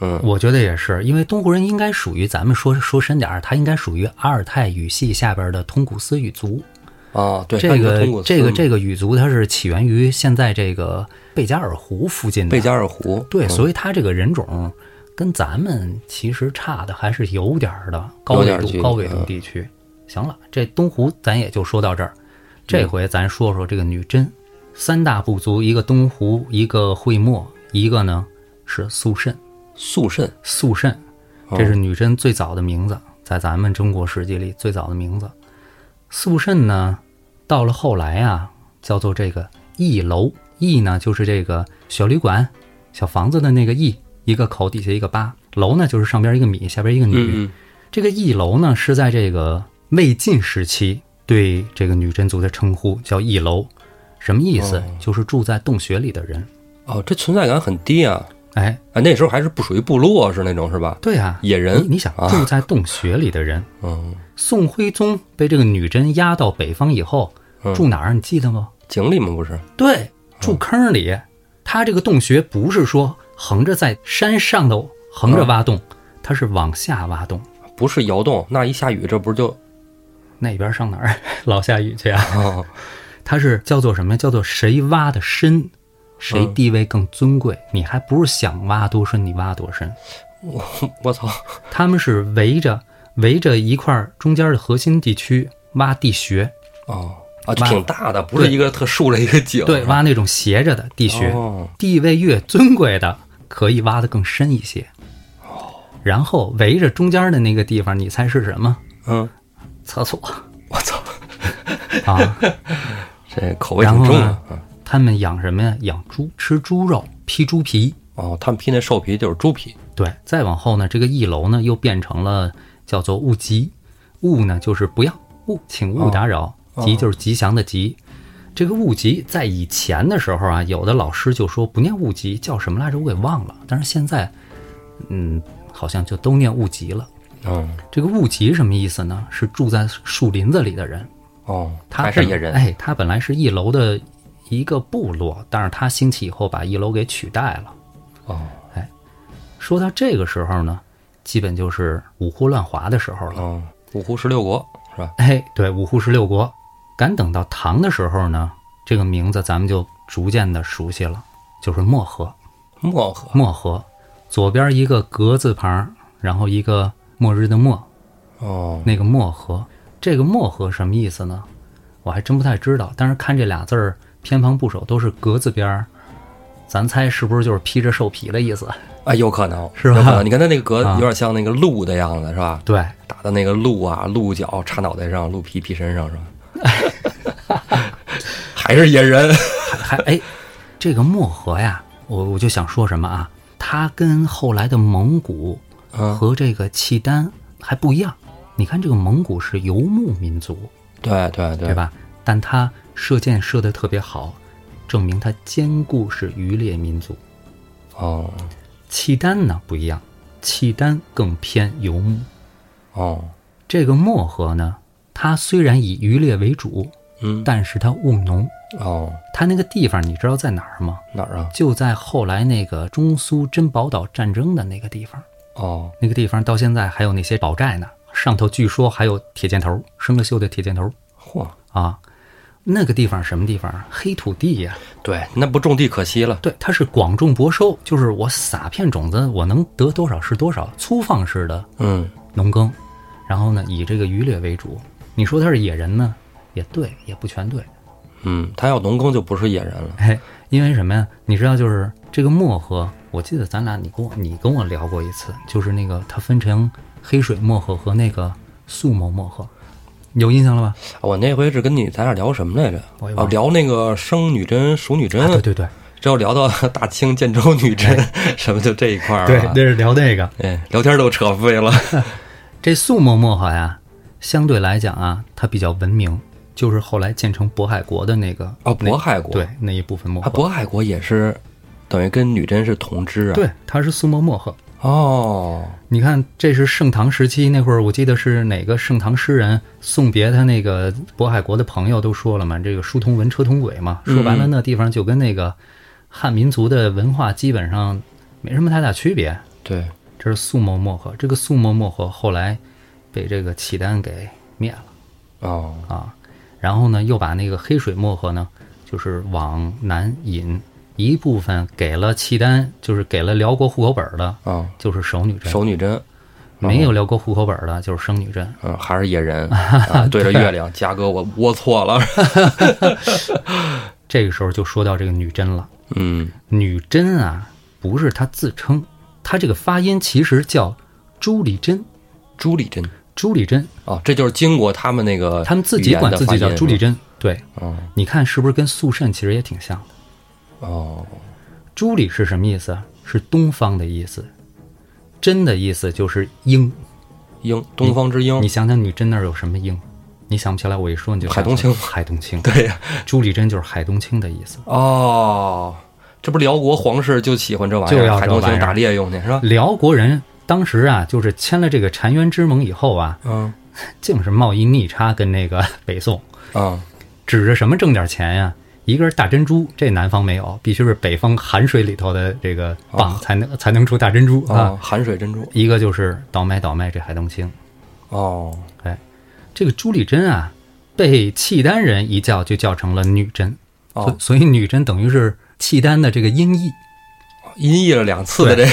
Speaker 1: 嗯
Speaker 2: 我觉得也是，因为东胡人应该属于咱们说说深点儿，他应该属于阿尔泰语系下边的通古斯语族。
Speaker 1: 啊，对，
Speaker 2: 这
Speaker 1: 半个
Speaker 2: 个
Speaker 1: 通古斯
Speaker 2: 这个
Speaker 1: 嘛
Speaker 2: 这个语族，它是起源于现在这个贝加尔湖附近的。
Speaker 1: 贝加嗯尔湖，
Speaker 2: 对，所以它这个人种跟咱们其实差的还是有点儿的，高
Speaker 1: 有
Speaker 2: 纬
Speaker 1: 点儿距
Speaker 2: 度
Speaker 1: 离
Speaker 2: 高纬度
Speaker 1: 嗯
Speaker 2: 地区。行了，这东湖咱也就说到这儿，
Speaker 1: 嗯
Speaker 2: 这回咱说说这个女真，三大部族，一个东湖，一个会墨，一个呢是肃慎。
Speaker 1: 肃慎
Speaker 2: 肃慎，
Speaker 1: 哦
Speaker 2: 这是女真最早的名字，在咱们中国史记里最早的名字。肃慎呢，到了后来啊，叫做这个驿楼。驿呢，就是这个小旅馆、小房子的那个驿，一个口底下一个八。楼呢，就是上边一个米，下边一个女。
Speaker 1: 嗯嗯
Speaker 2: 这个驿楼呢，是在这个魏晋时期对这个女真族的称呼，叫驿楼。什么意思？就是住在洞穴里的人。
Speaker 1: 哦，这存在感很低啊！
Speaker 2: 哎，
Speaker 1: 啊，那时候还是不属于部落，是那种是吧？
Speaker 2: 对啊，
Speaker 1: 野人
Speaker 2: 你你想
Speaker 1: 啊
Speaker 2: 住在洞穴里的人，
Speaker 1: 嗯，
Speaker 2: 宋徽宗被这个女真押到北方以后，住哪儿你记得吗？
Speaker 1: 井里嘛不是？
Speaker 2: 对，住坑里。他这个洞穴不是说横着在山上头横着挖洞，他是往下挖洞。
Speaker 1: 不是窑洞，那一下雨这不是就
Speaker 2: 那边上哪儿 [laughs] 老下雨去啊？
Speaker 1: 啊？
Speaker 2: 他是叫做什么呀？叫做谁挖的深，谁地位更尊贵。你还不是想挖多深你挖多深？
Speaker 1: 嗯我操！
Speaker 2: 他们是围着围着一块儿中间的核心地区挖地穴，
Speaker 1: 哦啊，就挺大的，不是一个特竖着一个井，啊
Speaker 2: 对，挖那种斜着的地穴。
Speaker 1: 哦
Speaker 2: 地位越尊贵的，可以挖得更深一些。然后围着中间的那个地方，你猜是什么？
Speaker 1: 嗯，
Speaker 2: 厕所
Speaker 1: 我
Speaker 2: [laughs]
Speaker 1: 操，
Speaker 2: 啊！
Speaker 1: 这口味挺重
Speaker 2: 然
Speaker 1: 啊
Speaker 2: 后！
Speaker 1: 嗯
Speaker 2: 他们养什么呀？养猪，吃猪肉，披猪皮。
Speaker 1: 哦，他们披那兽皮就是猪皮，
Speaker 2: 对，再往后呢，这个一楼呢又变成了叫做勿吉，勿呢就是不要勿，请勿打扰，吉就是吉祥的吉。这个勿吉在以前的时候啊，有的老师就说不念勿吉，叫什么来着？我给忘了。但是现在，嗯，好像就都念勿吉了。
Speaker 1: 嗯
Speaker 2: 这个雾集什么意思呢？是住在树林子里的人，
Speaker 1: 哦，
Speaker 2: 他
Speaker 1: 还是
Speaker 2: 本
Speaker 1: 野人，
Speaker 2: 哎，他本来是一楼的一个部落，但是他兴起以后把一楼给取代了。
Speaker 1: 哦
Speaker 2: 说到这个时候呢，基本就是五胡乱华的时候了。
Speaker 1: 哦，五胡十六国是吧？
Speaker 2: 哎，对，五胡十六国。赶等到唐的时候呢，这个名字咱们就逐渐的熟悉了，就是漠河。
Speaker 1: 漠河
Speaker 2: 漠河，左边一个革字旁，然后一个末日的末，
Speaker 1: 哦，
Speaker 2: 那个漠河，这个漠河什么意思呢？我还真不太知道。但是看这俩字儿，偏旁部首都是“革”字边儿，咱猜是不是就是披着兽皮的意思？
Speaker 1: 哎，有可能
Speaker 2: 是吧
Speaker 1: 有可能你看他那个格
Speaker 2: 啊
Speaker 1: 有点像那个鹿的样子，是吧？
Speaker 2: 对，
Speaker 1: 打的那个鹿啊，鹿角插脑袋上，鹿皮披身上，是吧？
Speaker 2: [laughs]
Speaker 1: 还是野人？
Speaker 2: 还哎，这个漠河呀，我我就想说什么啊？它跟后来的蒙古
Speaker 1: 嗯，
Speaker 2: 和这个契丹还不一样。你看，这个蒙古是游牧民族，
Speaker 1: 对对对
Speaker 2: 对？吧？但它射箭射得特别好，证明它兼顾是渔猎民族。
Speaker 1: 哦
Speaker 2: 契丹呢不一样，契丹更偏游牧。
Speaker 1: 哦，
Speaker 2: 这个漠河呢，它虽然以渔猎为主，
Speaker 1: 嗯
Speaker 2: 但是它务农。
Speaker 1: 哦，
Speaker 2: 它那个地方你知道在哪儿吗？
Speaker 1: 哪儿啊？
Speaker 2: 就在后来那个中苏珍宝岛战争的那个地方，
Speaker 1: 哦
Speaker 2: 那个地方到现在还有那些堡寨呢，上头据说还有铁箭头，生了锈的铁箭头
Speaker 1: 嚯，
Speaker 2: 啊。那个地方什么地方啊？黑土地呀、
Speaker 1: 对，那不种地可惜了。
Speaker 2: 对，它是广种薄收，就是我撒片种子，我能得多少是多少，粗放式的
Speaker 1: 嗯，
Speaker 2: 农耕，然后呢以这个渔猎为主。你说它是野人呢，也对，也不全对。
Speaker 1: 嗯，他要农耕就不是野人了。
Speaker 2: 哎，因为什么呀？你知道，就是这个漠河，我记得咱俩你跟我你跟我聊过一次，就是那个它分成黑水漠河和那个素某漠河，有印象了吧？
Speaker 1: 啊我那回是跟你咱俩聊什么来着？
Speaker 2: 我也
Speaker 1: 哦，
Speaker 2: 忘了
Speaker 1: 聊那个生女真、熟女
Speaker 2: 啊
Speaker 1: 真，
Speaker 2: 对对
Speaker 1: 这要聊到 [laughs] 大清建州女真什么就这一块儿
Speaker 2: 对
Speaker 1: 了。，
Speaker 2: 那是聊那个
Speaker 1: 哎，聊天都扯废了。
Speaker 2: 这素某漠河呀，相对来讲啊，它比较文明，就是后来建成渤海国的那个
Speaker 1: [laughs] 哦，
Speaker 2: 那
Speaker 1: 渤海国，
Speaker 2: 对那一部分漠
Speaker 1: 啊，
Speaker 2: 河，
Speaker 1: 渤海国也是等于跟女真是同支啊。，
Speaker 2: 对，它是素某漠河。
Speaker 1: 哦，
Speaker 2: 你看，这是盛唐时期那会儿，我记得是哪个盛唐诗人送别他那个渤海国的朋友都说了嘛，这个书同文，车同轨嘛。说白了，那地方就跟那个汉民族的文化基本上没什么太大区别。
Speaker 1: 对，
Speaker 2: 这是素墨漠河，这个素墨漠河后来被这个契丹给灭了
Speaker 1: 哦，
Speaker 2: 啊，然后呢，又把那个黑水漠河呢，就是往南引一部分给了契丹，就是给了辽国户口本儿的，
Speaker 1: 哦，
Speaker 2: 就是守女真。
Speaker 1: 熟女真，
Speaker 2: 没
Speaker 1: 哦
Speaker 2: 有辽国户口本儿的，就是生女真。
Speaker 1: 嗯，还是野
Speaker 2: [laughs]
Speaker 1: 人啊，对着月亮，嘉哥，我我错了。
Speaker 2: 这个时候就说到这个女真了。
Speaker 1: 嗯，
Speaker 2: 女真啊，不是她自称，她这个发音其实叫朱里真，
Speaker 1: 朱丽真。
Speaker 2: 朱里真，
Speaker 1: 哦，这就是经过他们那个
Speaker 2: 他们自己管自己叫朱里
Speaker 1: 丽。
Speaker 2: 真。对，
Speaker 1: 哦
Speaker 2: 你看是不是跟肃慎其实也挺像的？
Speaker 1: 哦
Speaker 2: 朱里是什么意思啊？是东方的意思，真的意思就是鹰。
Speaker 1: 鹰，东方之鹰
Speaker 2: 你。想想女真那儿有什么鹰？你想不起来，我一说你就想
Speaker 1: 海东
Speaker 2: 起来
Speaker 1: 青
Speaker 2: 海东
Speaker 1: [laughs] [laughs]
Speaker 2: 青，
Speaker 1: 对呀。
Speaker 2: 朱里真就是海东青的意思。
Speaker 1: 哦，这不辽国皇室就喜欢这玩意
Speaker 2: 就要
Speaker 1: 儿，
Speaker 2: 这
Speaker 1: 海东
Speaker 2: 玩意
Speaker 1: 星
Speaker 2: 儿
Speaker 1: 打猎用去是吧？
Speaker 2: 辽国人当时啊，就是签了这个澶渊之盟以后啊，
Speaker 1: 嗯
Speaker 2: 净是贸易逆差跟那个北宋，
Speaker 1: 啊
Speaker 2: 指着什么挣点钱呀、一个是大珍珠，这南方没有，必须是北方寒水里头的这个蚌才能、才能出大珍珠啊。
Speaker 1: 哦，含水珍珠。
Speaker 2: 一个就是倒卖倒卖这海东青，
Speaker 1: 哦
Speaker 2: 哎，这个朱丽珍啊，被契丹人一叫就叫成了女真，所、
Speaker 1: 哦，
Speaker 2: 所以女真等于是契丹的这个音译。啊
Speaker 1: 音译了两次的这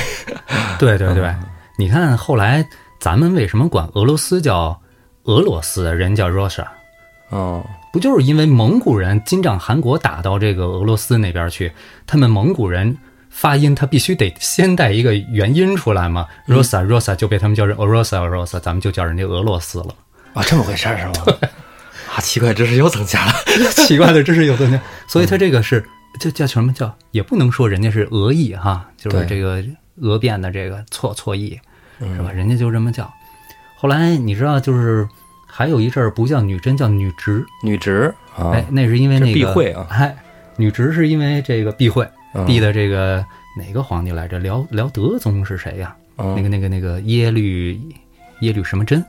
Speaker 2: 对对对对，你看后来咱们为什么管俄罗斯叫俄罗斯，人叫 Russia，
Speaker 1: 哦
Speaker 2: 不就是因为蒙古人金帐汗国打到这个俄罗斯那边去，他们蒙古人发音他必须得先带一个元音出来嘛，Rosa Rosa 就被他们叫成 Rosa Rosa，咱们就叫人家俄罗斯了。
Speaker 1: 啊，这么回事儿是 [laughs] 吗？啊，奇怪知识又增加了。
Speaker 2: [laughs] 奇怪的，真是有多
Speaker 1: 嗯
Speaker 2: 年，所以他这个是这叫什么叫？也不能说人家是俄译哈，就是
Speaker 1: 对嗯
Speaker 2: 这个俄变的这个错错译是吧？人家就这么叫。后来你知道，就是还有一阵儿不叫女真，叫女直。
Speaker 1: 女职啊，
Speaker 2: 哎，那是因为
Speaker 1: 这
Speaker 2: 那个
Speaker 1: 避讳啊
Speaker 2: 哎，女直是因为这个避讳，
Speaker 1: 嗯
Speaker 2: 避的这个哪个皇帝来着？辽辽德宗是谁呀、
Speaker 1: 嗯
Speaker 2: 那个那个那个耶律耶律什么真？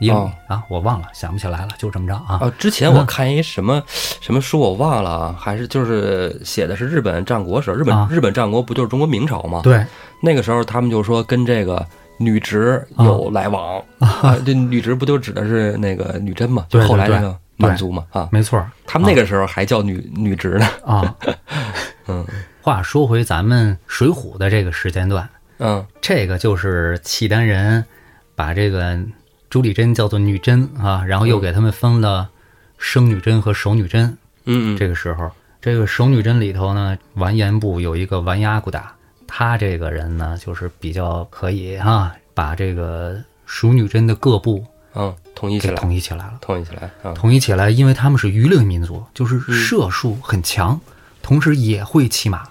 Speaker 2: 耶律、
Speaker 1: 哦
Speaker 2: 啊，我忘了，想不起来了，就这么着啊。
Speaker 1: 啊，之前我看一什么什么书我忘了啊，还是就是写的是日本战国史，日本
Speaker 2: 啊
Speaker 1: 日本战国不就是中国明朝吗？
Speaker 2: 对，
Speaker 1: 那个时候他们就说跟这个女职有来往 [laughs] 啊，这女职不就指的是那个女真嘛？就
Speaker 2: 对对
Speaker 1: 后来那
Speaker 2: 对
Speaker 1: 个满族嘛啊，
Speaker 2: 没错儿
Speaker 1: 他们那个时候还叫女女职呢。
Speaker 2: [laughs] 啊。
Speaker 1: 嗯
Speaker 2: 话说回咱们《水浒》的这个时间段，
Speaker 1: 嗯
Speaker 2: 这个就是契丹人把这个朱丽珍叫做女真啊，然后又给他们分了生女真和熟女真。
Speaker 1: 嗯嗯，
Speaker 2: 这个时候，这个《手女针》里头呢，完颜部有一个完颜阿骨打，他这个人呢，就是比较可以啊，把这个《熟女针》的各部
Speaker 1: 嗯，统一起
Speaker 2: 给
Speaker 1: 来，
Speaker 2: 统一起来了。
Speaker 1: 统一起来啊，
Speaker 2: 统一起来，因为他们是鱼类民族，就是射术很强，同时也会骑马，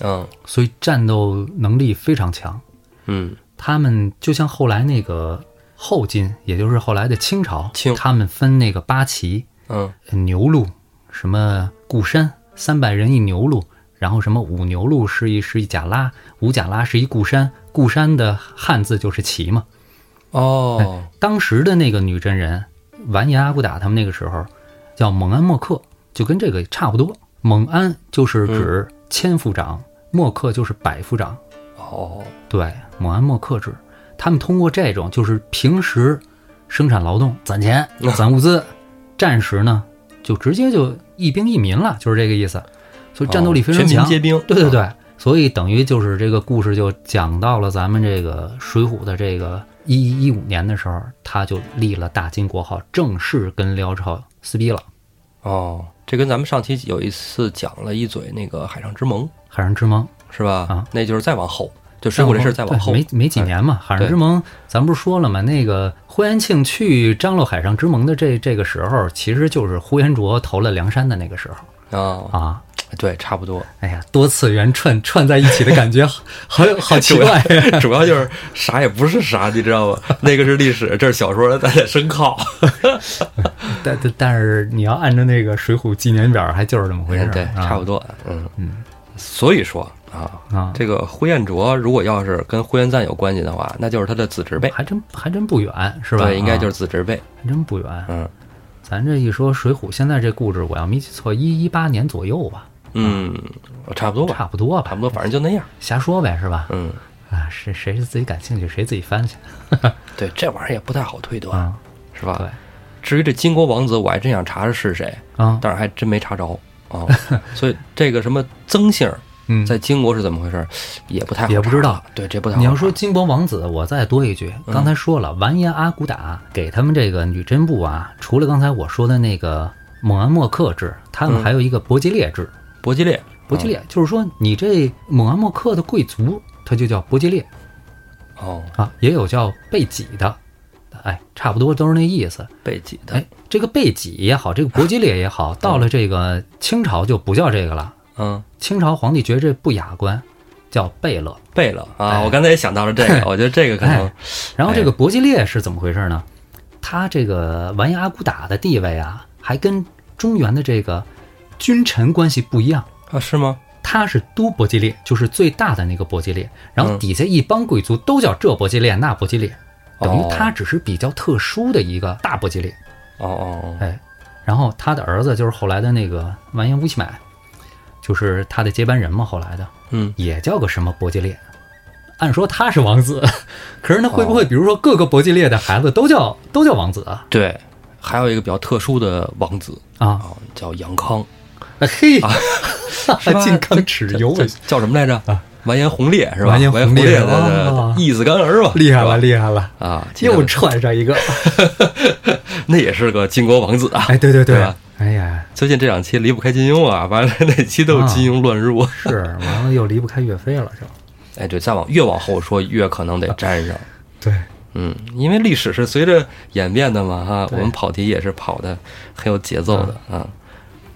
Speaker 1: 嗯
Speaker 2: 所以战斗能力非常强。
Speaker 1: 嗯
Speaker 2: 他们就像后来那个后晋，也就是后来的清朝，
Speaker 1: 清
Speaker 2: 他们分那个八旗、呃
Speaker 1: 嗯
Speaker 2: 牛录、什么固山三百人一牛录，然后什么五牛录是一是一甲拉，五甲拉是一固山，固山的汉字就是旗嘛。
Speaker 1: 哦，
Speaker 2: 当时的那个女真人完颜阿骨打他们那个时候叫蒙安莫克，就跟这个差不多。蒙安就是指千夫长，莫克就是百夫长。
Speaker 1: 哦，
Speaker 2: 对，蒙安莫克制。他们通过这种就是平时生产劳动攒
Speaker 1: [laughs]
Speaker 2: 钱
Speaker 1: 嗯
Speaker 2: 攒物资，战时呢就直接就一兵一民了，就是这个意思。所以战斗力非常
Speaker 1: 哦全民
Speaker 2: 强。
Speaker 1: 皆兵，嗯
Speaker 2: 对对对，所以等于就是这个故事就讲到了咱们这个《水浒》的这个一一五年的时候，他就立了大金国号，正式跟辽朝撕逼了。
Speaker 1: 哦，这跟咱们上期有一次讲了一嘴那个海上之盟
Speaker 2: 海上之盟，
Speaker 1: 是吧？
Speaker 2: 啊，
Speaker 1: 那就是再往后，就水浒这事儿再往后，哎
Speaker 2: 对没没几年嘛。海上之盟，咱不是说了吗？那个呼延庆去张罗海上之盟的这这个时候，其实就是呼延灼投了梁山的那个时候
Speaker 1: 啊，
Speaker 2: 啊。
Speaker 1: 对，差不多。 [laughs]
Speaker 2: 哎呀，多次元串串在一起的感觉，好好好奇怪呀。
Speaker 1: 主要就是啥也不是啥，你知道吗？那个是历史，这是小说，咱得深靠。
Speaker 2: 但但但是你要按照那个《水浒》纪年表，还就是这么回事儿，
Speaker 1: 哎对，
Speaker 2: 啊
Speaker 1: 差不多。嗯嗯，所以说啊，
Speaker 2: 啊，
Speaker 1: 这个呼延灼如果要是跟呼延赞有关系的话，那就是他的子侄辈，
Speaker 2: 还真还真不远，是吧？、
Speaker 1: 对，应该就是
Speaker 2: 啊
Speaker 1: 是子侄辈。
Speaker 2: 还真不远。
Speaker 1: 嗯
Speaker 2: 咱这一说《水浒》，现在这故事，我要没记错，一一八年左右吧，
Speaker 1: 嗯，差不多吧，
Speaker 2: 差不多
Speaker 1: 差
Speaker 2: 吧
Speaker 1: 不，多，反正就那样。
Speaker 2: 瞎说呗，是吧？
Speaker 1: 嗯，
Speaker 2: 啊，谁谁自己感兴趣，谁自己翻去
Speaker 1: 对，这玩意儿也不太好推断，
Speaker 2: 啊？
Speaker 1: 是吧
Speaker 2: 对？
Speaker 1: 至于这金国王子，我还真想查查是谁，
Speaker 2: 啊，
Speaker 1: 但是还真没查着啊。
Speaker 2: [laughs]
Speaker 1: 所以这个什么曾姓儿
Speaker 2: 嗯，
Speaker 1: 在金国是怎么回事儿，也不太好
Speaker 2: 也不知
Speaker 1: 查
Speaker 2: 道。
Speaker 1: 对，这不太嗯好查。
Speaker 2: 你要说金国王子，我再多一句，刚才说了，完颜阿骨打给他们这个女真部啊，除了刚才我说的那个蒙安莫克制，他们
Speaker 1: 嗯
Speaker 2: 还有一个伯吉列制。
Speaker 1: 伯吉列，
Speaker 2: 伯吉列就是说，你这蒙安莫克的贵族，他就叫伯吉列。
Speaker 1: 哦，
Speaker 2: 啊，也有叫被己的，哎，差不多都是那意思。
Speaker 1: 被挤的
Speaker 2: 哎，，这个被己也好，这个伯吉列也好，到了这个清朝就不叫这个了。
Speaker 1: 嗯，
Speaker 2: 清朝皇帝觉得这不雅观，叫贝勒。
Speaker 1: 背了啊！
Speaker 2: 哎
Speaker 1: 我刚才也想到了
Speaker 2: [laughs]
Speaker 1: 这个，我觉得这个可能
Speaker 2: 哎，然后这个伯吉列是怎么回事呢？他这个完颜阿骨打的地位啊，还跟中原的这个君臣关系不一样。
Speaker 1: 啊，是吗？
Speaker 2: 他是都伯吉列，就是最大的那个伯吉列，然后
Speaker 1: 嗯
Speaker 2: 底下一帮贵族都叫这伯吉列那伯吉列，等
Speaker 1: 哦
Speaker 2: 于他只是比较特殊的一个大伯吉列。
Speaker 1: 哦哦
Speaker 2: 哎，然后他的儿子就是后来的那个完颜乌齐买，就是他的接班人嘛，后来的
Speaker 1: 哦，嗯，
Speaker 2: 也叫个什么伯吉列。按说他是王子， [laughs] 可是那会不
Speaker 1: 哦
Speaker 2: 会比如说各个伯吉列的孩子都叫、都叫王子啊？
Speaker 1: 对，还有一个比较特殊的王子
Speaker 2: 啊，
Speaker 1: 啊，叫杨康，
Speaker 2: 嘿，
Speaker 1: 啊
Speaker 2: [laughs]
Speaker 1: 是吧
Speaker 2: 靖康耻
Speaker 1: 这
Speaker 2: 尤
Speaker 1: 这
Speaker 2: 为
Speaker 1: 叫什么来着？完颜洪烈是吧？
Speaker 2: 啊完颜
Speaker 1: 颜
Speaker 2: 洪
Speaker 1: 烈
Speaker 2: 烈
Speaker 1: 的
Speaker 2: 哦
Speaker 1: 的义子干儿嘛，
Speaker 2: 厉害
Speaker 1: 是吧
Speaker 2: 了，厉害了，
Speaker 1: 啊！其实
Speaker 2: 又串上
Speaker 1: [laughs]
Speaker 2: 一个，
Speaker 1: 那也是个晋国王子啊。
Speaker 2: 哎，对对
Speaker 1: 对吧
Speaker 2: 哎呀，
Speaker 1: 最近这两期离不开金庸啊，完了哪期都有金庸乱入。
Speaker 2: 是，
Speaker 1: [laughs]
Speaker 2: 完了又离不开岳飞了，就
Speaker 1: 哎，对，再往越往后说，越可能得沾
Speaker 2: 啊
Speaker 1: 上。
Speaker 2: 对，
Speaker 1: 嗯，因为历史是随着演变的嘛，哈，我
Speaker 2: 对
Speaker 1: 们跑题也是跑的很有节奏的啊。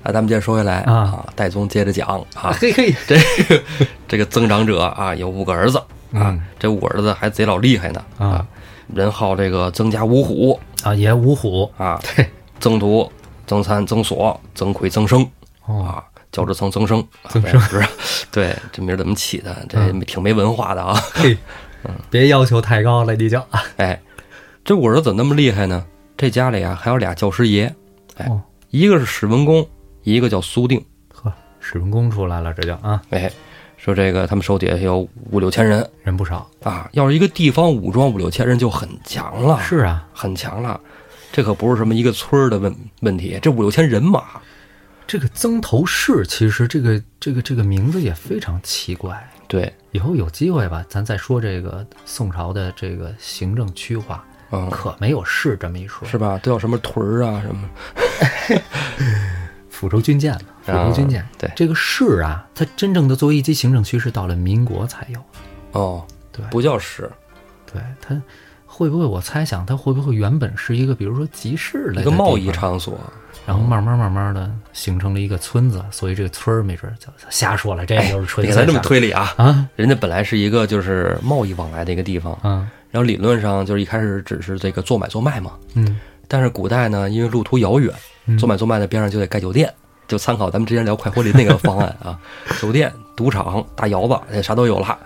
Speaker 1: 那咱们接着说回来
Speaker 2: 啊，
Speaker 1: 戴宗接着讲
Speaker 2: [laughs]
Speaker 1: 啊，
Speaker 2: 嘿嘿，
Speaker 1: 这个这个增长者啊，有五个儿子啊，
Speaker 2: 嗯
Speaker 1: 这五个儿子还贼老厉害呢
Speaker 2: 啊，
Speaker 1: 人号这个曾家五虎
Speaker 2: 啊，也五虎，
Speaker 1: 啊，
Speaker 2: 对，
Speaker 1: 曾独、曾参、曾所、曾奎、曾生
Speaker 2: 哦，
Speaker 1: 啊，教之曾曾生，曾生不是， [laughs] 对，这名儿怎么起的？这
Speaker 2: 嗯
Speaker 1: 挺没文化的啊。
Speaker 2: 嘿，别要求太高了，你就，啊
Speaker 1: 哎，这五儿子怎么那么厉害呢？这家里啊还有俩教师爷，哎，
Speaker 2: 哦
Speaker 1: 一个是史文恭，一个叫苏定。
Speaker 2: 呵，史文恭出来了，这就啊，
Speaker 1: 哎，说这个他们手底下有五六千人
Speaker 2: 人不少。
Speaker 1: 啊，要是一个地方武装五六千人就很强了，
Speaker 2: 是啊，
Speaker 1: 很强了。这可不是什么一个村儿的问问题，这五六千人马，
Speaker 2: 这个曾头市其实这个这个这个名字也非常奇怪。
Speaker 1: 对，
Speaker 2: 以后有机会吧，咱再说这个宋朝的这个行政区划，
Speaker 1: 嗯，
Speaker 2: 可没有市这么一说。
Speaker 1: 是吧？都叫什么屯儿啊什么？
Speaker 2: 抚州军舰了。抚州军舰、
Speaker 1: 啊对
Speaker 2: 这个市啊，它真正的作为一级行政区是到了民国才有的。
Speaker 1: 哦，
Speaker 2: 对
Speaker 1: 不叫市，
Speaker 2: 对，它会不会？我猜想它会不会原本是一个，比如说集市类的
Speaker 1: 一个贸易
Speaker 2: 地方，
Speaker 1: 场所。
Speaker 2: 然后慢慢慢慢的形成了一个村子，所以这个村儿没准儿叫瞎说了，这
Speaker 1: 哎
Speaker 2: 就是，纯
Speaker 1: 别
Speaker 2: 粹
Speaker 1: 咱这么
Speaker 2: 瞎
Speaker 1: 推理啊，
Speaker 2: 啊
Speaker 1: 人家本来是一个就是贸易往来的一个地方，
Speaker 2: 啊
Speaker 1: 然后理论上就是一开始只是这个做买做卖嘛。
Speaker 2: 嗯
Speaker 1: 但是古代呢，因为路途遥远，
Speaker 2: 嗯
Speaker 1: 做买做卖的边上就得盖酒店，就参考咱们之前聊快活林那个方案啊，酒店、赌场、大窑子，哎，啥都有了。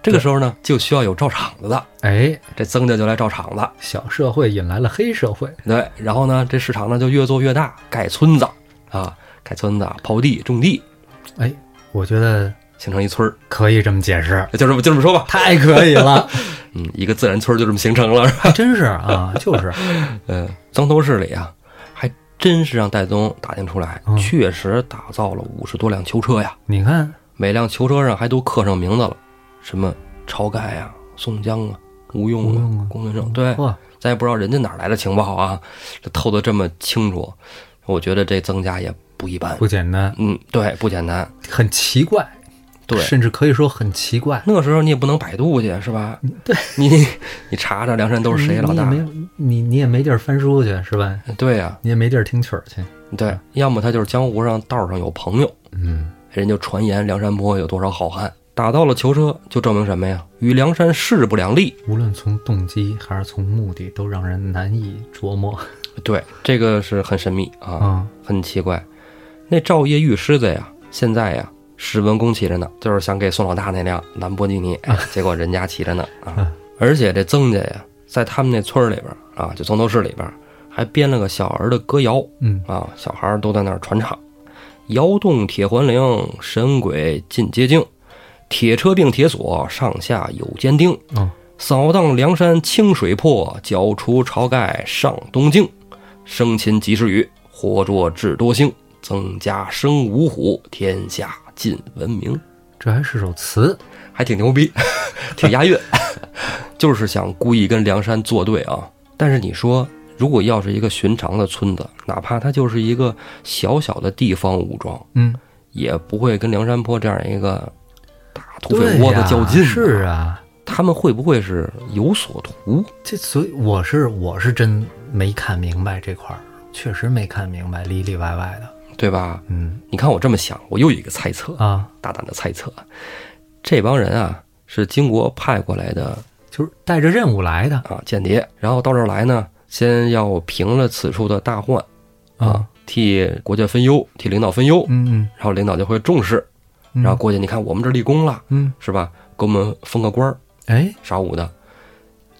Speaker 1: 这个时候呢，就需要有照场子的，
Speaker 2: 哎，
Speaker 1: 这曾家就来照场子，
Speaker 2: 小社会引来了黑社会，
Speaker 1: 对，然后呢，这市场呢就越做越大，盖村子啊，盖村子、刨地、种地，
Speaker 2: 哎，我觉得
Speaker 1: 形成一村儿，
Speaker 2: 可以这么解释，
Speaker 1: 就这么就这么说吧，
Speaker 2: 太可以了，
Speaker 1: 嗯，一个自然村儿就这么形成了，是 [laughs] 吧
Speaker 2: [laughs] 还真是啊，就是
Speaker 1: 嗯，曾头市里啊，还真是让戴宗打听出来，
Speaker 2: 嗯
Speaker 1: 确实打造了五十多辆囚车呀，
Speaker 2: 你看，
Speaker 1: 每辆囚车上还都刻上名字了，什么晁盖啊、宋江啊、吴用
Speaker 2: 吴用
Speaker 1: 啊
Speaker 2: 啊、
Speaker 1: 公孙胜，对，
Speaker 2: 嚯，
Speaker 1: 咱也不知道人家哪来的情报啊，这透的这么清楚，我觉得这曾家也不一般
Speaker 2: 不。简单，
Speaker 1: 嗯，对，不简单。
Speaker 2: 很奇怪，
Speaker 1: 对，
Speaker 2: 甚至可以说很奇怪。
Speaker 1: 那个时候你也不能百度去，是吧？对，你你你查查梁山都是谁老大
Speaker 2: 你？也没有你你也没地儿翻书去是吧？
Speaker 1: 对呀、
Speaker 2: 你也没地儿听曲儿去。
Speaker 1: 对，要么他就是江湖上道上有朋友，
Speaker 2: 嗯，
Speaker 1: 人就传言梁山泊有多少好汉，打到了囚车，就证明什么呀？与梁山势不两立。
Speaker 2: 无论从动机还是从目的，都让人难以琢磨
Speaker 1: 对，这个是很神秘啊，
Speaker 2: 啊。
Speaker 1: 很奇怪。那赵夜玉狮子呀，现在呀，史文恭骑着呢，就是想给宋老大那辆兰博基尼，哎结果人家骑着呢啊
Speaker 2: 啊。
Speaker 1: 而且这曾家呀，在他们那村儿里边儿啊，就曾头市里边儿，还编了个小儿的歌谣
Speaker 2: 嗯，
Speaker 1: 啊，小孩儿都在那儿传唱：“窑洞铁环铃，神鬼进街境，铁车并铁锁，上下有尖钉。”
Speaker 2: 哦，
Speaker 1: 扫荡梁山清水破，剿除晁盖上东京。生擒及时雨，活捉智多星。增加生五虎，天下尽文明。
Speaker 2: 这还是首词。
Speaker 1: 还挺牛逼， [laughs] 挺押韵， [laughs] 就是想故意跟梁山作对啊。但是你说，如果要是一个寻常的村子，哪怕它就是一个小小的地方武装，
Speaker 2: 嗯，
Speaker 1: 也不会跟梁山泊这样一个大土
Speaker 2: 对
Speaker 1: 匪窝子
Speaker 2: 呀
Speaker 1: 较劲、
Speaker 2: 是，啊。
Speaker 1: 他们会不会是有所图？
Speaker 2: 这所以我是我是真没看明白这块儿，确实没看明白，里里外外的。
Speaker 1: 对吧？
Speaker 2: 嗯
Speaker 1: 你看我这么想，我又有一个猜测，
Speaker 2: 啊，
Speaker 1: 大胆的猜测，这帮人啊是金国派过来的
Speaker 2: 就是带着任务来的
Speaker 1: 啊间谍，然后到这儿来呢，先要平了此处的大患啊，替国家分忧，替领导分忧，
Speaker 2: 嗯
Speaker 1: 然后领导就会重视，
Speaker 2: 嗯，
Speaker 1: 然后过去你看我们这立功了
Speaker 2: 嗯，
Speaker 1: 是吧？给我们封个官儿
Speaker 2: 哎，
Speaker 1: 啥五的。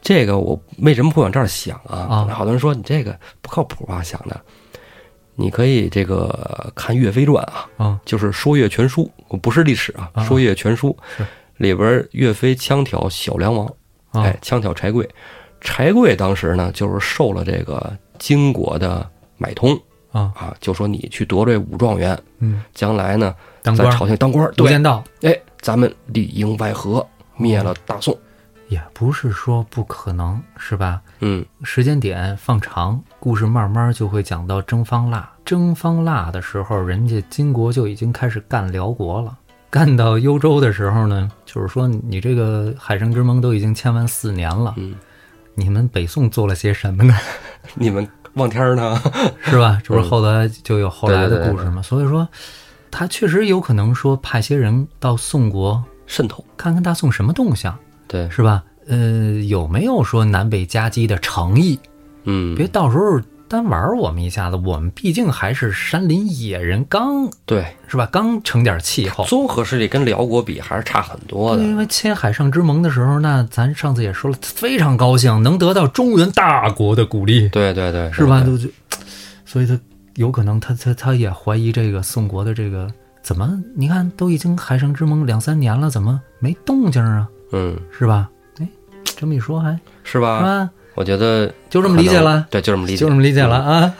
Speaker 1: 这个我为什么会往这儿想啊
Speaker 2: 啊？
Speaker 1: 好多人说你这个不靠谱啊，想的。你可以这个看《岳飞传》啊，
Speaker 2: 啊，
Speaker 1: 就是《说岳全书》，不是历史啊，
Speaker 2: 啊
Speaker 1: 《说岳全书》
Speaker 2: 是
Speaker 1: 里边岳飞枪挑小梁王，
Speaker 2: 啊
Speaker 1: 哎，枪挑柴贵。柴贵当时呢，就是受了这个金国的买通
Speaker 2: 啊，
Speaker 1: 啊，就说你去得罪武状元，
Speaker 2: 嗯，
Speaker 1: 将来呢
Speaker 2: 当
Speaker 1: 在
Speaker 2: 官儿
Speaker 1: 朝廷当官儿，
Speaker 2: 无
Speaker 1: 对，
Speaker 2: 间道
Speaker 1: 哎，咱们里应外合，灭了大宋。
Speaker 2: 也不是说不可能，是吧？
Speaker 1: 嗯，
Speaker 2: 时间点放长，故事慢慢就会讲到征方腊。征方腊的时候，人家金国就已经开始干辽国了。干到幽州的时候呢，就是说你这个海上之盟都已经签完四年了，
Speaker 1: 嗯
Speaker 2: 你们北宋做了些什么呢？ [laughs]
Speaker 1: 你们望天儿呢？ [laughs]
Speaker 2: 是吧？这不是后来就有后来
Speaker 1: 对对嗯
Speaker 2: 的
Speaker 1: 对
Speaker 2: 故事吗？所以说，他确实有可能说派些人到宋国
Speaker 1: 渗透，
Speaker 2: 看看大宋什么动向，
Speaker 1: 对，
Speaker 2: 是吧？呃，有没有说南北夹击的诚意？
Speaker 1: 嗯，
Speaker 2: 别到时候单玩我们一下子，我们毕竟还是山林野人，刚
Speaker 1: 对，
Speaker 2: 是吧？刚成点气候。
Speaker 1: 综合实力跟辽国比还是差很多的。
Speaker 2: 因为签海上之盟的时候，那咱上次也说了，非常高兴能得到中原大国的鼓励，
Speaker 1: 对对对，
Speaker 2: 是吧？
Speaker 1: 对
Speaker 2: 就就，所以他有可能他他他也怀疑这个宋国的这个怎么？你看都已经海上之盟两三年了，怎么没动静啊？
Speaker 1: 嗯，
Speaker 2: 是吧？哎，这么一说还是
Speaker 1: 是吧？
Speaker 2: 吧？
Speaker 1: 我觉得
Speaker 2: 就这么理解
Speaker 1: 啊可能
Speaker 2: 了，
Speaker 1: 对，就这么理解，
Speaker 2: 就这么理解了啊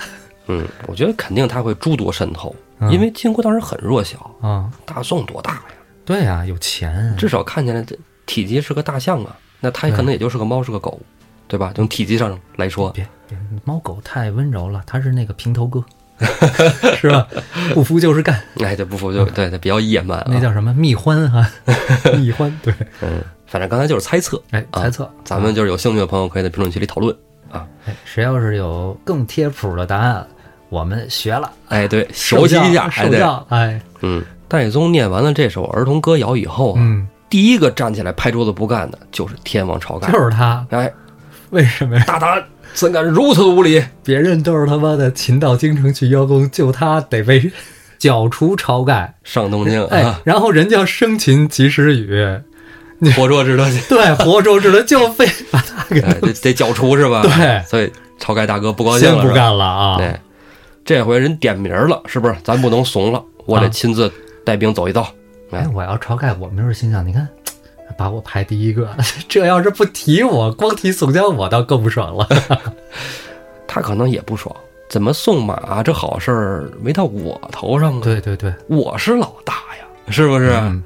Speaker 1: 嗯，我觉得肯定他会诸多渗透，
Speaker 2: 嗯
Speaker 1: 因为金国当时很弱小，
Speaker 2: 啊！
Speaker 1: 大宋多大呀？
Speaker 2: 对呀，有钱，
Speaker 1: 至少看起来这体积是个大象啊，那他
Speaker 2: 对
Speaker 1: 可能也就是个猫是个狗，对吧？从体积上来说， [laughs]
Speaker 2: 别别，猫狗太温柔了，它是那个平头哥是吧？不服就是干，
Speaker 1: 哎，对，不服就对，他比较野蛮
Speaker 2: 嗯那
Speaker 1: 啊。
Speaker 2: 叫什么蜜獾哈、 [laughs] 蜜獾
Speaker 1: [laughs]
Speaker 2: 对，
Speaker 1: 嗯，反正刚才就是猜测，
Speaker 2: 哎，
Speaker 1: 啊
Speaker 2: 猜测，
Speaker 1: 咱们就是有兴趣的朋友可以在评论区里讨论啊。
Speaker 2: 哎，谁要是有更贴谱的答案，我们学了，
Speaker 1: 哎，对， [laughs] 熟悉一下，哎，
Speaker 2: 啊受
Speaker 1: 对，
Speaker 2: 教，哎，
Speaker 1: 嗯。戴宗念完了这首儿童歌谣以后啊，
Speaker 2: 嗯，
Speaker 1: 第一个站起来拍桌子不干的就是天王晁盖
Speaker 2: 就。是他，
Speaker 1: 哎，
Speaker 2: 为什么呀？
Speaker 1: 大胆，怎敢如此无礼？
Speaker 2: 别人都是他妈的擒到京城去邀功，就他得被剿除晁盖，
Speaker 1: 上东京
Speaker 2: 哎
Speaker 1: 啊，，
Speaker 2: 然后人家生擒及时雨，
Speaker 1: 活捉之
Speaker 2: [laughs]
Speaker 1: 德去。
Speaker 2: 对，活捉之了就非把他
Speaker 1: [laughs]
Speaker 2: 给
Speaker 1: 哎，得得剿除是吧？
Speaker 2: 对
Speaker 1: 所以晁盖大哥不高兴
Speaker 2: 先
Speaker 1: 了，
Speaker 2: 不
Speaker 1: 是吧？
Speaker 2: 干了啊，
Speaker 1: 对，这回人点名了，是不是？咱不能怂了，我
Speaker 2: 啊
Speaker 1: 得亲自带兵走一道。哎
Speaker 2: 哎，我要晁盖，我们就是心想，你看，把我排第一个， [laughs] 这要是不提我，光提宋江，我倒更不爽了。
Speaker 1: 他可能也不爽，怎么送马、这好事儿没到我头上啊？
Speaker 2: [laughs] 对对对，
Speaker 1: 我是老大呀，是不是？
Speaker 2: 嗯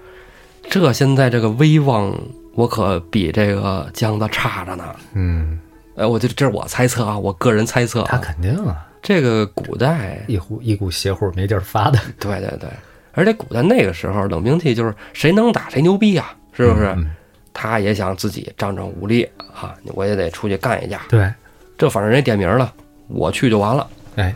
Speaker 1: 这现在这个威望，我可比这个姜子差着呢。
Speaker 2: 嗯，
Speaker 1: 哎，我就这是我猜测啊，我个人猜测、
Speaker 2: 他
Speaker 1: 啊，
Speaker 2: 肯定啊，
Speaker 1: 这个古代
Speaker 2: 一股一股邪乎没地儿发的，
Speaker 1: 对对对，而且古代那个时候冷兵器就是谁能打谁牛逼呀、是不是？
Speaker 2: 嗯嗯
Speaker 1: 他也想自己仗仗武力啊，我也得出去干一架。
Speaker 2: [laughs] 对，
Speaker 1: 这反正人家点名了，我去就完了。
Speaker 2: 哎，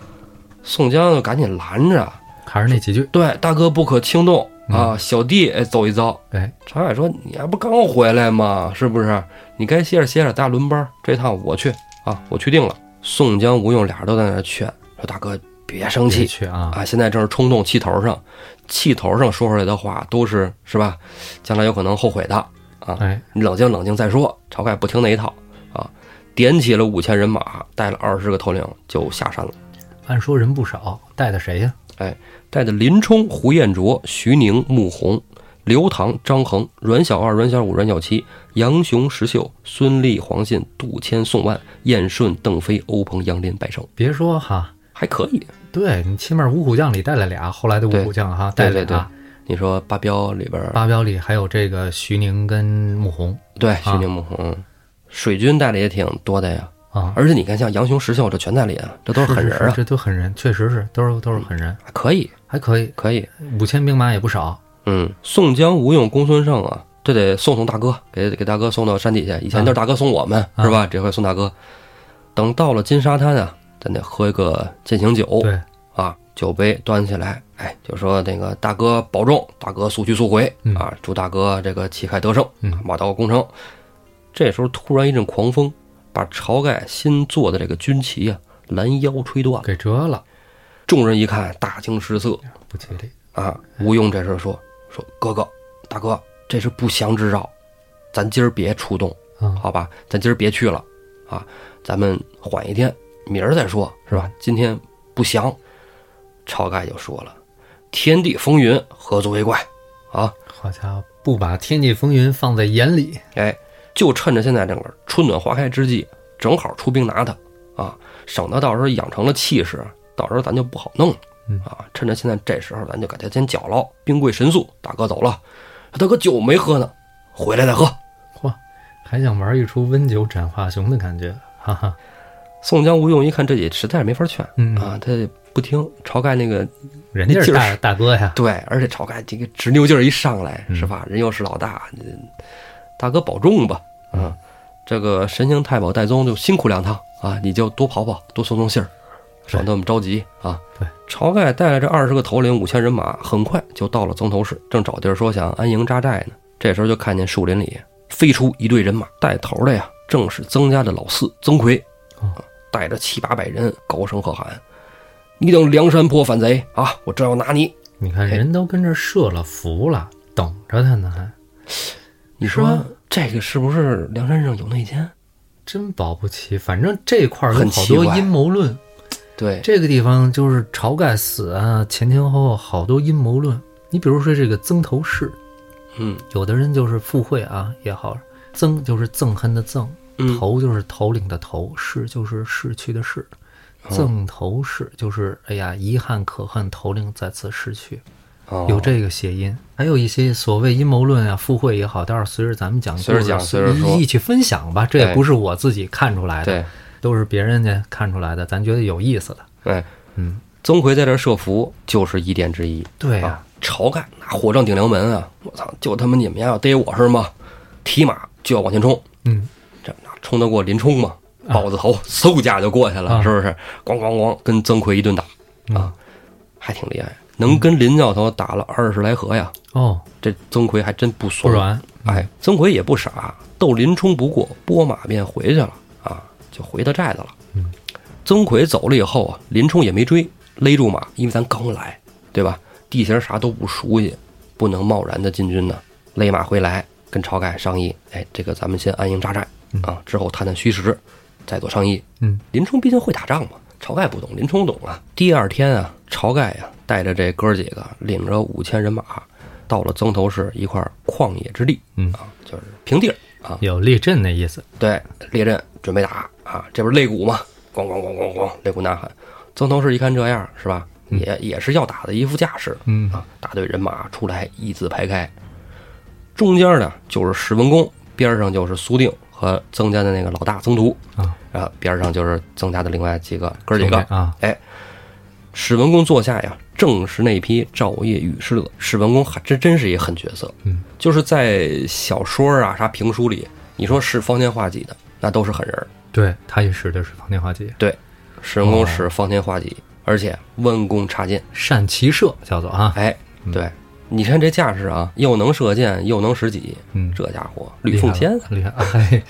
Speaker 1: 宋江就赶紧拦着，
Speaker 2: 还是那几句，
Speaker 1: 对，大哥不可轻动
Speaker 2: 嗯
Speaker 1: 啊，小弟哎走一遭。
Speaker 2: 哎，
Speaker 1: 常海说：“你还不刚回来吗？是不是？你该歇着歇着，大轮班这趟我去啊，我去定了。”宋江、吴用俩人都在那劝说：“大哥别生气
Speaker 2: 别，去啊，
Speaker 1: 啊，现在正是冲动气头上，气头上说出来的话都是是吧？将来有可能后悔的，
Speaker 2: 哎，
Speaker 1: 你冷静冷静再说。晁盖不听那一套啊，点起了五千人马，带了二十个头领就下山了，
Speaker 2: 按说人不少，带的谁呀？
Speaker 1: 带着林冲、胡彦卓、徐宁、穆弘、刘唐、张衡、阮小二、阮小五、阮小七、杨雄、石秀、孙立、黄信、杜迁、宋万、燕顺、邓飞、欧鹏、杨林、白胜，
Speaker 2: 别说哈，
Speaker 1: 还可以。
Speaker 2: 对你起码五虎将里带了俩，后来的五虎将哈带
Speaker 1: 对对
Speaker 2: 了
Speaker 1: 对
Speaker 2: 俩，，
Speaker 1: 你说八彪里边儿
Speaker 2: 八彪里还有这个徐宁跟穆弘
Speaker 1: 对，徐宁穆弘，水军带的也挺多的呀。
Speaker 2: 啊，
Speaker 1: 而且你看，像杨雄、石秀这全在里啊，这都是狠人
Speaker 2: 是是
Speaker 1: 啊，
Speaker 2: 这都狠人，确实是都是都是狠人，
Speaker 1: 可以，
Speaker 2: 还可以，
Speaker 1: 可以。
Speaker 2: 五千兵马也不少，
Speaker 1: 嗯，宋江、吴用、公孙胜啊，这得送送大哥，给给大哥送到山底下。以前都是大哥送我们，
Speaker 2: 啊
Speaker 1: 是吧？这回送大哥。等到了金沙滩啊，咱得喝一个践行酒
Speaker 2: 对，
Speaker 1: 啊，酒杯端起来，哎，就说那个大哥保重，大哥速去速回
Speaker 2: 嗯
Speaker 1: 啊，祝大哥这个旗开得胜
Speaker 2: 嗯，
Speaker 1: 马到功成。这时候突然一阵狂风，把晁盖新做的这个军旗啊拦腰吹断了。
Speaker 2: 给折了，
Speaker 1: 众人一看，大惊失色
Speaker 2: 不吉利，
Speaker 1: 啊！吴用这时候说：“说哥哥，大哥，这是不祥之兆，咱今儿别出动，
Speaker 2: 嗯，
Speaker 1: 好吧？咱今儿别去了啊，咱们缓一天，明儿再说，是吧？今天不祥。”晁盖就说了：“天地风云，何足为怪啊？
Speaker 2: 好家伙，不把天地风云放在眼里，
Speaker 1: 哎，就趁着现在这个春暖花开之际，正好出兵拿他啊，省得到时候养成了气势，到时候咱就不好弄了
Speaker 2: 嗯
Speaker 1: 啊。趁着现在这时候，咱就给他先搅牢，兵贵神速。大哥走了，大哥酒没喝呢，回来再喝。
Speaker 2: 嚯，还想玩一出温酒斩华雄的感觉，哈哈，
Speaker 1: 宋江、吴用一看这也实在是没法劝
Speaker 2: 嗯，
Speaker 1: 啊，他也不听。晁盖那哎个
Speaker 2: 人家是
Speaker 1: 劲
Speaker 2: 大大哥呀，
Speaker 1: 对，而且晁盖这个直牛劲儿一上来
Speaker 2: 嗯
Speaker 1: 是吧？人又是老大，嗯大哥保重吧
Speaker 2: 嗯
Speaker 1: 啊！这个神行太保戴宗就辛苦两趟啊，你就多跑跑，多送送信儿，省得我们着急啊。
Speaker 2: 对，
Speaker 1: 晁盖带着这二十个头领、五千人马，很快就到了曾头市，正找地儿说想安营扎寨呢。这时候就看见树林里飞出一队人马，带头的呀正是曾家的老四曾奎，
Speaker 2: 哦
Speaker 1: 啊带着七八百人，高声喝喊：“你等梁山泊反贼啊！我正要拿你！”
Speaker 2: 你看
Speaker 1: 哎
Speaker 2: 人都跟这设了伏了，等着他呢，还
Speaker 1: 你
Speaker 2: 是
Speaker 1: 说
Speaker 2: 吗
Speaker 1: 这个是不是梁山上有内奸？
Speaker 2: 真保不齐。反正这块儿有
Speaker 1: 很
Speaker 2: 好
Speaker 1: 奇
Speaker 2: 多
Speaker 1: 怪
Speaker 2: 阴谋论，
Speaker 1: 对，
Speaker 2: 这个地方就是晁盖死啊，前前后后好多阴谋论。你比如说这个曾头市，
Speaker 1: 嗯
Speaker 2: 有的人就是附会啊也好，曾就是憎恨的憎，
Speaker 1: 嗯，
Speaker 2: 头就是头领的头，市就是逝去的逝，
Speaker 1: 哦
Speaker 2: 赠头市就是哎呀，遗憾可恨，头领再次逝去，
Speaker 1: 哦
Speaker 2: 有这个谐音。还有一些所谓阴谋论啊、附会也好，倒是随着咱们讲故事，
Speaker 1: 随着讲随着说
Speaker 2: 一一起分享吧。这也
Speaker 1: 对
Speaker 2: 不是我自己看出来的，
Speaker 1: 对，
Speaker 2: 都是别人家看出来的，咱觉得有意思的。
Speaker 1: 哎，
Speaker 2: 嗯，
Speaker 1: 曾奎在这儿设伏就是疑点之一。
Speaker 2: 对哎呀、
Speaker 1: 啊，晁盖那火仗顶梁门啊！我操，就他妈你们家要逮我是吗？提马就要往前冲，
Speaker 2: 嗯，
Speaker 1: 这哪冲得过林冲吗？豹子头嗖一下就过去了，
Speaker 2: 啊
Speaker 1: 是不是？咣咣咣，跟曾奎一顿打，
Speaker 2: 啊，
Speaker 1: 还挺厉害，能跟林教头打了二十来合呀。
Speaker 2: 哦，
Speaker 1: 这曾奎还真不
Speaker 2: 不
Speaker 1: 怂，
Speaker 2: 软，
Speaker 1: 哎，曾奎也不傻，斗林冲不过，拨马便回去了啊，就回到寨子了。
Speaker 2: 嗯，
Speaker 1: 曾奎走了以后啊，林冲也没追，勒住马，因为咱刚来，对吧？地形啥都不熟悉，不能贸然的进军呢、勒马回来，跟晁盖商议，哎，这个咱们先安营扎寨啊，之后探探虚实，再做商议。
Speaker 2: 嗯，
Speaker 1: 林冲毕竟会打仗嘛，晁盖不懂，林冲懂啊。第二天啊，晁盖呀、带着这哥儿几个，领着五千人马，到了曾头市一块旷野之地，
Speaker 2: 嗯
Speaker 1: 啊，就是平地儿啊，
Speaker 2: 有立阵的意思，
Speaker 1: 对，列阵准备打啊，这不是擂鼓吗？咣咣咣咣咣，擂鼓呐喊。曾头市一看这样是吧，也也是要打的一副架势，
Speaker 2: 嗯
Speaker 1: 啊，大队人马出来一字排开，中间呢就是石文公，边上就是苏定和曾家的那个老大曾图，
Speaker 2: 啊，
Speaker 1: 然后边上就是曾家的另外几个哥儿几个。
Speaker 2: 啊，
Speaker 1: 哎，史文恭座下呀，正是那批赵业与师乐。史文恭还真真是一狠角色，
Speaker 2: 嗯，
Speaker 1: 就是在小说啊、啥评书里，你说是方天画戟的，那都是狠人儿。
Speaker 2: 对，他也使的是方天画戟，
Speaker 1: 对，史文恭
Speaker 2: 哦
Speaker 1: 是方天画戟，而且弯弓插箭。
Speaker 2: 善骑射叫做啊，
Speaker 1: 哎，对，你看这架势啊，又能射箭，又能使戟，
Speaker 2: 嗯，
Speaker 1: 这家伙吕奉先，
Speaker 2: 厉害了，厉害哎，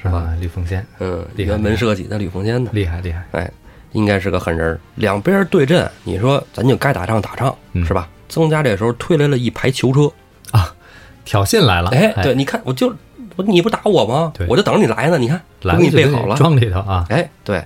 Speaker 2: 是吧？吕奉先
Speaker 1: 嗯，
Speaker 2: 厉害
Speaker 1: 辕
Speaker 2: 嗯
Speaker 1: 门射戟的吕奉先呢，
Speaker 2: 厉害厉害，
Speaker 1: 哎，应该是个狠人儿。两边对阵，你说咱就该打仗打仗，
Speaker 2: 嗯
Speaker 1: 是吧？曾家这时候推来了一排囚车，
Speaker 2: 挑衅来了，
Speaker 1: 哎，对，你看，我就我你不打我吗
Speaker 2: 啊对？
Speaker 1: 我就等着你来呢。你看，
Speaker 2: 来
Speaker 1: 我
Speaker 2: 了
Speaker 1: 给你
Speaker 2: 就
Speaker 1: 备
Speaker 2: 得
Speaker 1: 好了。
Speaker 2: 装里头啊，
Speaker 1: 哎，对，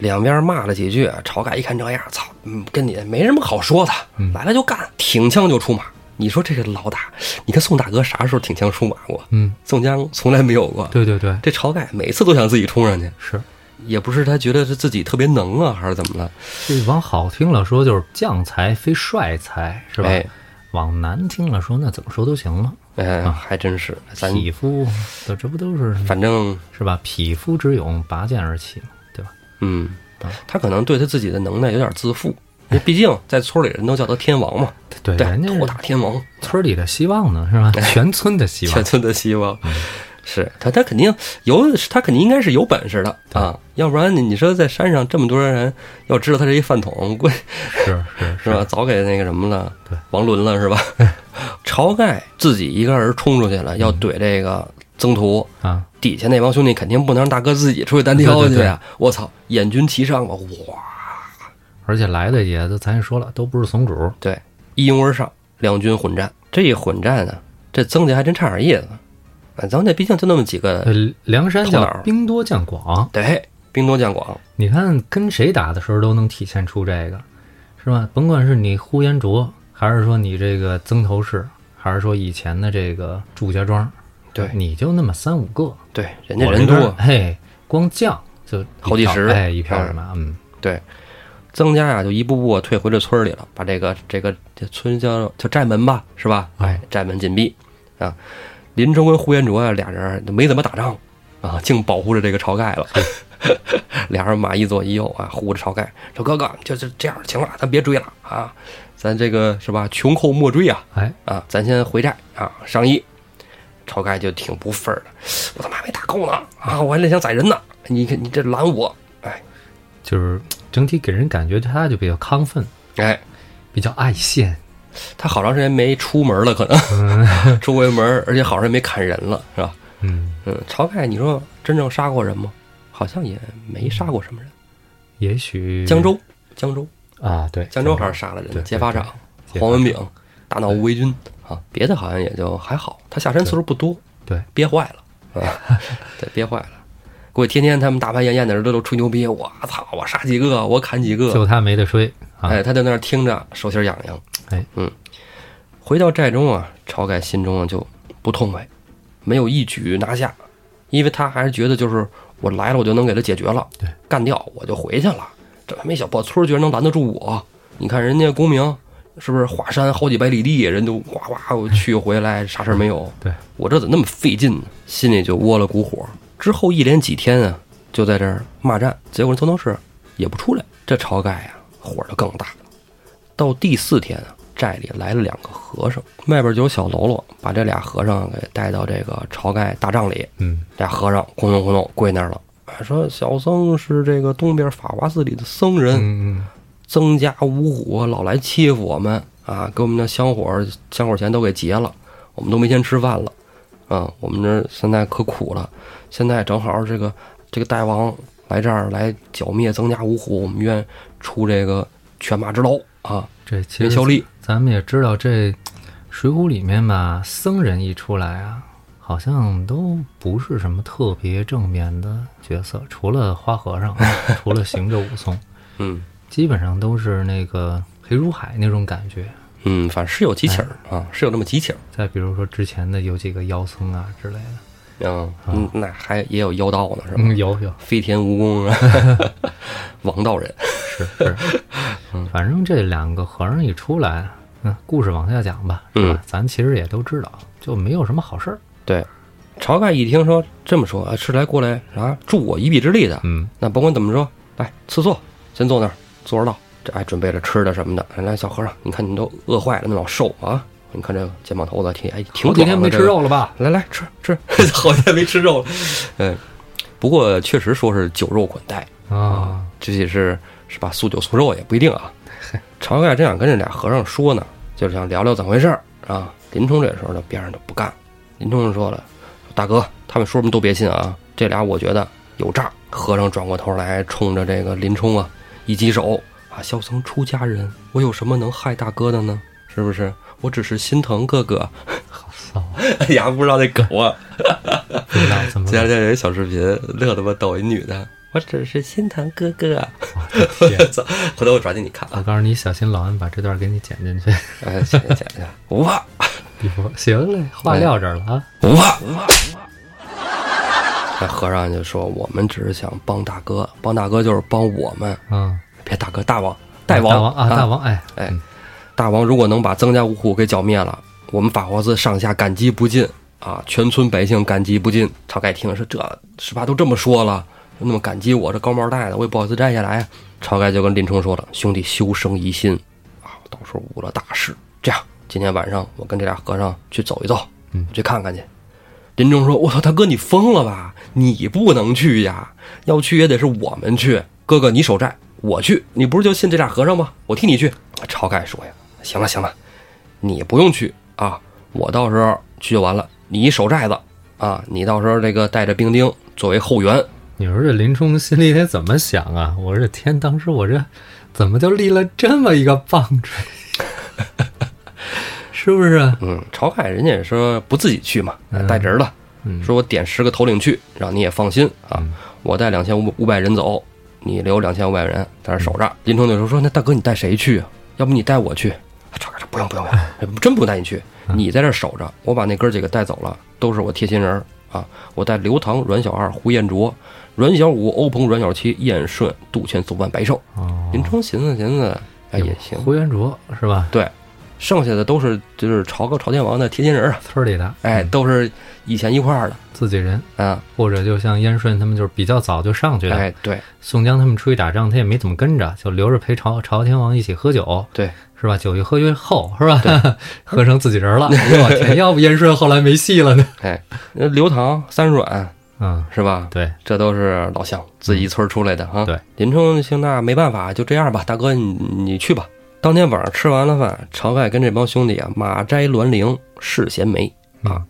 Speaker 1: 两边骂了几句，啊晁盖一看这样，操，嗯，跟你没什么好说的，
Speaker 2: 嗯
Speaker 1: 来了就干，挺枪就出马。你说这个老大，你看宋大哥啥时候挺枪出马过？
Speaker 2: 嗯，
Speaker 1: 宋江从来没有过。
Speaker 2: 对对对，
Speaker 1: 这晁盖每次都想自己冲上去，
Speaker 2: 是，
Speaker 1: 也不是他觉得是自己特别能啊，还是怎么了？
Speaker 2: 这往好听了说就是将才非帅才，是吧？
Speaker 1: 哎
Speaker 2: 往难听了说，那怎么说都行了。
Speaker 1: 哎，
Speaker 2: 啊
Speaker 1: 还真是，咱
Speaker 2: 匹夫，这这不都是
Speaker 1: 反正
Speaker 2: 是吧？匹夫之勇，拔剑而起嘛，对吧？
Speaker 1: 嗯
Speaker 2: 啊，
Speaker 1: 他可能对他自己的能耐有点自负，因为毕竟在村里人都叫他天王嘛，
Speaker 2: 对，
Speaker 1: 对
Speaker 2: 人家，
Speaker 1: 头大天王，
Speaker 2: 村里的希望呢，是吧？全村的希
Speaker 1: 全
Speaker 2: 望，嗯
Speaker 1: 村的希望。是他，他肯定有，他肯定应该是有本事的啊，要不然你你说在山上这么多人，要知道他是一饭桶，估计
Speaker 2: 是是
Speaker 1: 是吧？早给那个什么了
Speaker 2: 对，
Speaker 1: 王伦了是
Speaker 2: [laughs]
Speaker 1: 吧？晁盖自己一个人冲出去
Speaker 2: 嗯
Speaker 1: 了，要怼这个曾图，
Speaker 2: 啊，
Speaker 1: 底下那帮兄弟肯定不能让大哥自己出去单挑去呀！我操，眼军齐上吧，哇！
Speaker 2: 而且来的也都，咱也说了，都不是怂主，
Speaker 1: 对，一拥而上，两军混战。这一混战呢，这曾家还真差点意思。啊，咱们这毕竟就那么几
Speaker 2: 呃
Speaker 1: 个，，
Speaker 2: 梁山
Speaker 1: 头
Speaker 2: 叫
Speaker 1: 脑儿
Speaker 2: 兵多将广，
Speaker 1: 对，兵多将广，
Speaker 2: 你看跟谁打的时候都能体现出这个，是吧？甭管是你呼延灼，还是说你这个曾头市，还是说以前的这个祝家庄，
Speaker 1: 对
Speaker 2: 你就那么三五个，
Speaker 1: 对，人家
Speaker 2: 我
Speaker 1: 人
Speaker 2: 这边
Speaker 1: 多，
Speaker 2: 嘿，光将就一
Speaker 1: 好几
Speaker 2: 票
Speaker 1: 十
Speaker 2: 哎，一票什么，嗯，
Speaker 1: 对。曾家呀、就一步步退回这村里了，把这个这个这村叫叫寨门吧，是吧？哎，寨门紧闭啊。林冲跟呼延灼啊，俩人没怎么打仗啊，净保护着这个晁盖了。俩人马一左一右啊，护着晁盖，说哥哥，就就这样，行了，咱别追了啊，咱这个是吧？穷寇莫追啊，
Speaker 2: 哎，
Speaker 1: 啊，咱先回寨啊，商议。晁盖就挺不忿儿的，我他妈还没打够呢啊，我还得想宰人呢，你看你这拦我，哎
Speaker 2: 就是整体给人感觉他就比较亢奋，
Speaker 1: 哎，
Speaker 2: 比较爱现，
Speaker 1: 他好长时间没出门了，可能 [laughs] 出回门儿，而且好长时间没砍人了，是吧？
Speaker 2: 嗯，
Speaker 1: 嗯，晁盖，你说真正杀过人吗？好像也没杀过什么人。
Speaker 2: 也许
Speaker 1: 江州，江州，
Speaker 2: 啊，对，
Speaker 1: 江州还是杀了
Speaker 2: 对
Speaker 1: 人，
Speaker 2: 对
Speaker 1: 劫法长
Speaker 2: 对、劫法
Speaker 1: 黄文炳、大闹无为军啊，别的好像也就还好。他下山次数不多，
Speaker 2: 对，
Speaker 1: 憋坏了啊， [laughs] 对，憋坏了。估计天天他们大排宴宴的人都都吹牛逼，我操，我杀几个，我砍几个，
Speaker 2: 就他没得吹啊，
Speaker 1: 哎，他在那儿听着，手心痒痒。
Speaker 2: 哎，
Speaker 1: 嗯，回到寨中啊，晁盖心中啊就不痛快，没有一举拿下，因为他还是觉得就是我来了，我就能给他解决了，
Speaker 2: 对，
Speaker 1: 干掉我就回去了。这他妈一小破村儿居然能拦得住我？你看人家公明是不是华山好几百里地，人都呱呱我去回来，啥事儿没有。
Speaker 2: 对
Speaker 1: 我这怎么那么费劲呢？心里就窝了股火。之后一连几天啊，就在这儿骂战，结果曾头市也不出来。这晁盖呀、火就更大了。到第四天啊，寨里来了两个和尚，外边就有小喽啰把这俩和尚给带到这个晁盖大帐里，
Speaker 2: 嗯
Speaker 1: 俩和尚咕咚咕咚跪那儿了，哎说小僧是这个东边法华寺里的僧人，
Speaker 2: 嗯嗯，
Speaker 1: 曾家五虎老来欺负我们啊，给我们的香火香火钱都给劫了，我们都没钱吃饭了啊，我们这现在可苦了。现在正好这个这个大王来这儿来剿灭曾家五虎，我们愿出这个犬马之劳啊，
Speaker 2: 这其
Speaker 1: 愿
Speaker 2: 实
Speaker 1: 效力。
Speaker 2: 咱们也知道这《水浒》里面吧，僧人一出来啊，好像都不是什么特别正面的角色，除了花和尚， [laughs] 除了行者武松，
Speaker 1: 嗯
Speaker 2: 基本上都是那个黑如海那种感觉。
Speaker 1: 嗯，反正是有几起儿啊，是有那么几起儿。
Speaker 2: 再比如说之前的有几个妖僧啊之类的，
Speaker 1: 嗯，嗯那还也有妖道呢，是吧？
Speaker 2: 嗯，有有
Speaker 1: [laughs] 飞天蜈蚣啊， [laughs] 王道人。
Speaker 2: 是是，
Speaker 1: 嗯
Speaker 2: 反正这两个和尚一出来，嗯，故事往下讲吧，是吧？
Speaker 1: 嗯
Speaker 2: 咱其实也都知道，就没有什么好事儿。
Speaker 1: 对，晁盖一听说这么说，啊，是来过来啊助我一臂之力的，
Speaker 2: 嗯，
Speaker 1: 那甭管怎么说，来赐座，先坐那儿坐着道。这哎，准备了吃的什么的。来，小和尚，你看你都饿坏了，那老瘦啊！你看这个肩膀头子挺哎，挺
Speaker 2: 好几天
Speaker 1: 壮的
Speaker 2: 没
Speaker 1: 这
Speaker 2: 吃
Speaker 1: 个
Speaker 2: 肉了吧？
Speaker 1: 来来吃吃， [laughs] 好几天没吃肉了。嗯，不过确实说是酒肉滚带，
Speaker 2: 啊、
Speaker 1: 具体是是吧？速酒速肉也不一定 [laughs] 啊。晁盖正想跟这俩和尚说呢，就是想聊聊怎么回事儿啊。林冲这时候呢，边上就不干了。林冲就说了：“大哥，他们说什么都别信啊，这俩我觉得有诈。”和尚转过头来，冲着这个林冲啊一击手啊，小僧出家人，我有什么能害大哥的呢？是不是？我只是心疼哥 [laughs] 哥。
Speaker 2: 好骚啊，
Speaker 1: 哎呀，不知道那狗啊，
Speaker 2: 不知道怎么
Speaker 1: 今天这有一小视频，乐他妈逗一女的，我只是心疼哥哥。
Speaker 2: 天。
Speaker 1: 操，回头我抓紧你看啊
Speaker 2: 我。告诉你，小心老安把这段给你剪进去。 [laughs]
Speaker 1: 哎，行行行，不怕
Speaker 2: 你说行嘞，话撂这儿了啊。
Speaker 1: 不怕不怕。那哎和尚就说：“我们只是想帮大哥，帮大哥就是帮我们，
Speaker 2: 嗯，
Speaker 1: 别大哥大王
Speaker 2: 大
Speaker 1: 王
Speaker 2: 王啊，大王，哎，
Speaker 1: 哎，大王如果能把曾家五虎给剿灭了，我们法华寺上下感激不尽啊，全村百姓感激不尽。晁盖听了说这是吧，都这么说了，那么感激我这高帽戴的，我也不好意思摘下来。晁盖就跟林冲说了，兄弟修生一心啊，到时候误了大事。这样，今天晚上我跟这俩和尚去走一走，
Speaker 2: 嗯，
Speaker 1: 去看看去。林冲说：“我操，大哥，你疯了吧？你不能去呀，要去也得是我们去。哥哥，你守寨，我去。你不是就信这俩和尚吗？我替你去。”啊晁盖说：“呀，行了行了，你不用去啊，我到时候去就完了。你守寨子啊，你到时候这个带着兵丁作为后援。
Speaker 2: 你说这林冲心里得怎么想啊？我这天，当时我这怎么就立了这么一个棒
Speaker 1: [laughs]
Speaker 2: 槌？是不是啊？
Speaker 1: 嗯，晁盖人家也说不自己去嘛，带人了，
Speaker 2: 嗯
Speaker 1: 说我点十个头领去，让你也放心啊。
Speaker 2: 嗯
Speaker 1: 我带两千五五百人走，你留两千五百人在这守着。林冲就说说那大哥你带谁去啊？要不你带我去？啊晁盖说不用不用不
Speaker 2: 嗯
Speaker 1: 用，真不带你去，你在这守着，我把那哥几个带走了，都是我贴心人儿啊。我带刘唐、阮小二、胡彦卓、阮小五、欧鹏、阮小七、燕顺、杜迁、宋万、白寿。
Speaker 2: 哦，
Speaker 1: 林冲寻思寻思，哎也行，
Speaker 2: 胡元卓是吧？
Speaker 1: 对，剩下的都是就是朝歌朝天王的贴心人儿啊，
Speaker 2: 村里的，
Speaker 1: 哎，
Speaker 2: 嗯，
Speaker 1: 都是以前一块儿的
Speaker 2: 自己人，
Speaker 1: 啊，
Speaker 2: 或者就像燕顺他们，就是比较早就上去的。
Speaker 1: 哎对
Speaker 2: 宋江他们出去打仗，他也没怎么跟着，就留着陪朝朝天王一起喝酒。
Speaker 1: 对，
Speaker 2: 是吧？酒越喝越厚，是吧？ [laughs] 喝成自己
Speaker 1: [laughs]
Speaker 2: 人了。哎呦我天，要不燕顺后来没戏了呢。
Speaker 1: 哎，那刘唐、三阮
Speaker 2: 嗯，
Speaker 1: 是吧？
Speaker 2: 对，
Speaker 1: 这都是老乡，自己一村儿出来的哈。
Speaker 2: 对，
Speaker 1: 林冲一听那没办法，就这样吧，大哥你你去吧。当天晚上吃完了饭，晁盖跟这帮兄弟啊，马摘栾铃，试衔枚啊
Speaker 2: 嗯，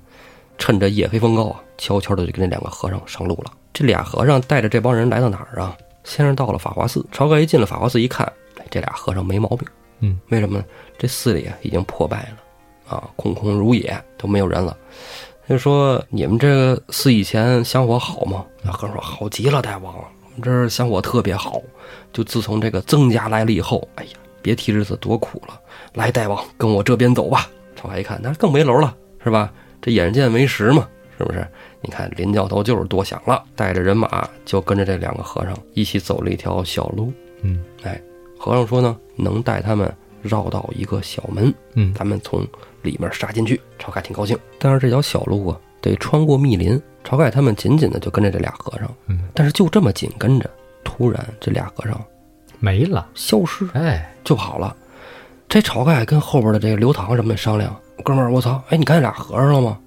Speaker 1: 趁着夜黑风高啊，悄悄的就跟这两个和尚上路了。这俩和尚带着这帮人来到哪儿啊？先是到了法华寺，晁盖一进了法华寺一看，哎这俩和尚没毛病。
Speaker 2: 嗯，
Speaker 1: 为什么呢？这寺里啊已经破败了，啊，空空如也，都没有人了。就说你们这个寺以前香火好吗？啊那和尚说好极了，大王，我们这儿香火特别好。就自从这个曾家来了以后，哎呀，别提日子多苦了。来，大王，跟我这边走吧。晁盖一看，那更没楼了，是吧？这眼见为实嘛，是不是？你看林教头就是多想了，带着人马就跟着这两个和尚一起走了一条小路。
Speaker 2: 嗯
Speaker 1: 和尚说呢，能带他们绕到一个小门，
Speaker 2: 嗯
Speaker 1: 咱们从里面杀进去。晁盖挺高兴，但是这条小路啊，得穿过密林。晁盖他们紧紧的就跟着这俩和尚，
Speaker 2: 嗯
Speaker 1: 但是就这么紧跟着，突然这俩和尚
Speaker 2: 没了。
Speaker 1: 消失
Speaker 2: 哎，
Speaker 1: 就跑了。这晁盖跟后边的这个刘唐什么的商量，哥们儿，我操，哎，你看那俩和尚了吗？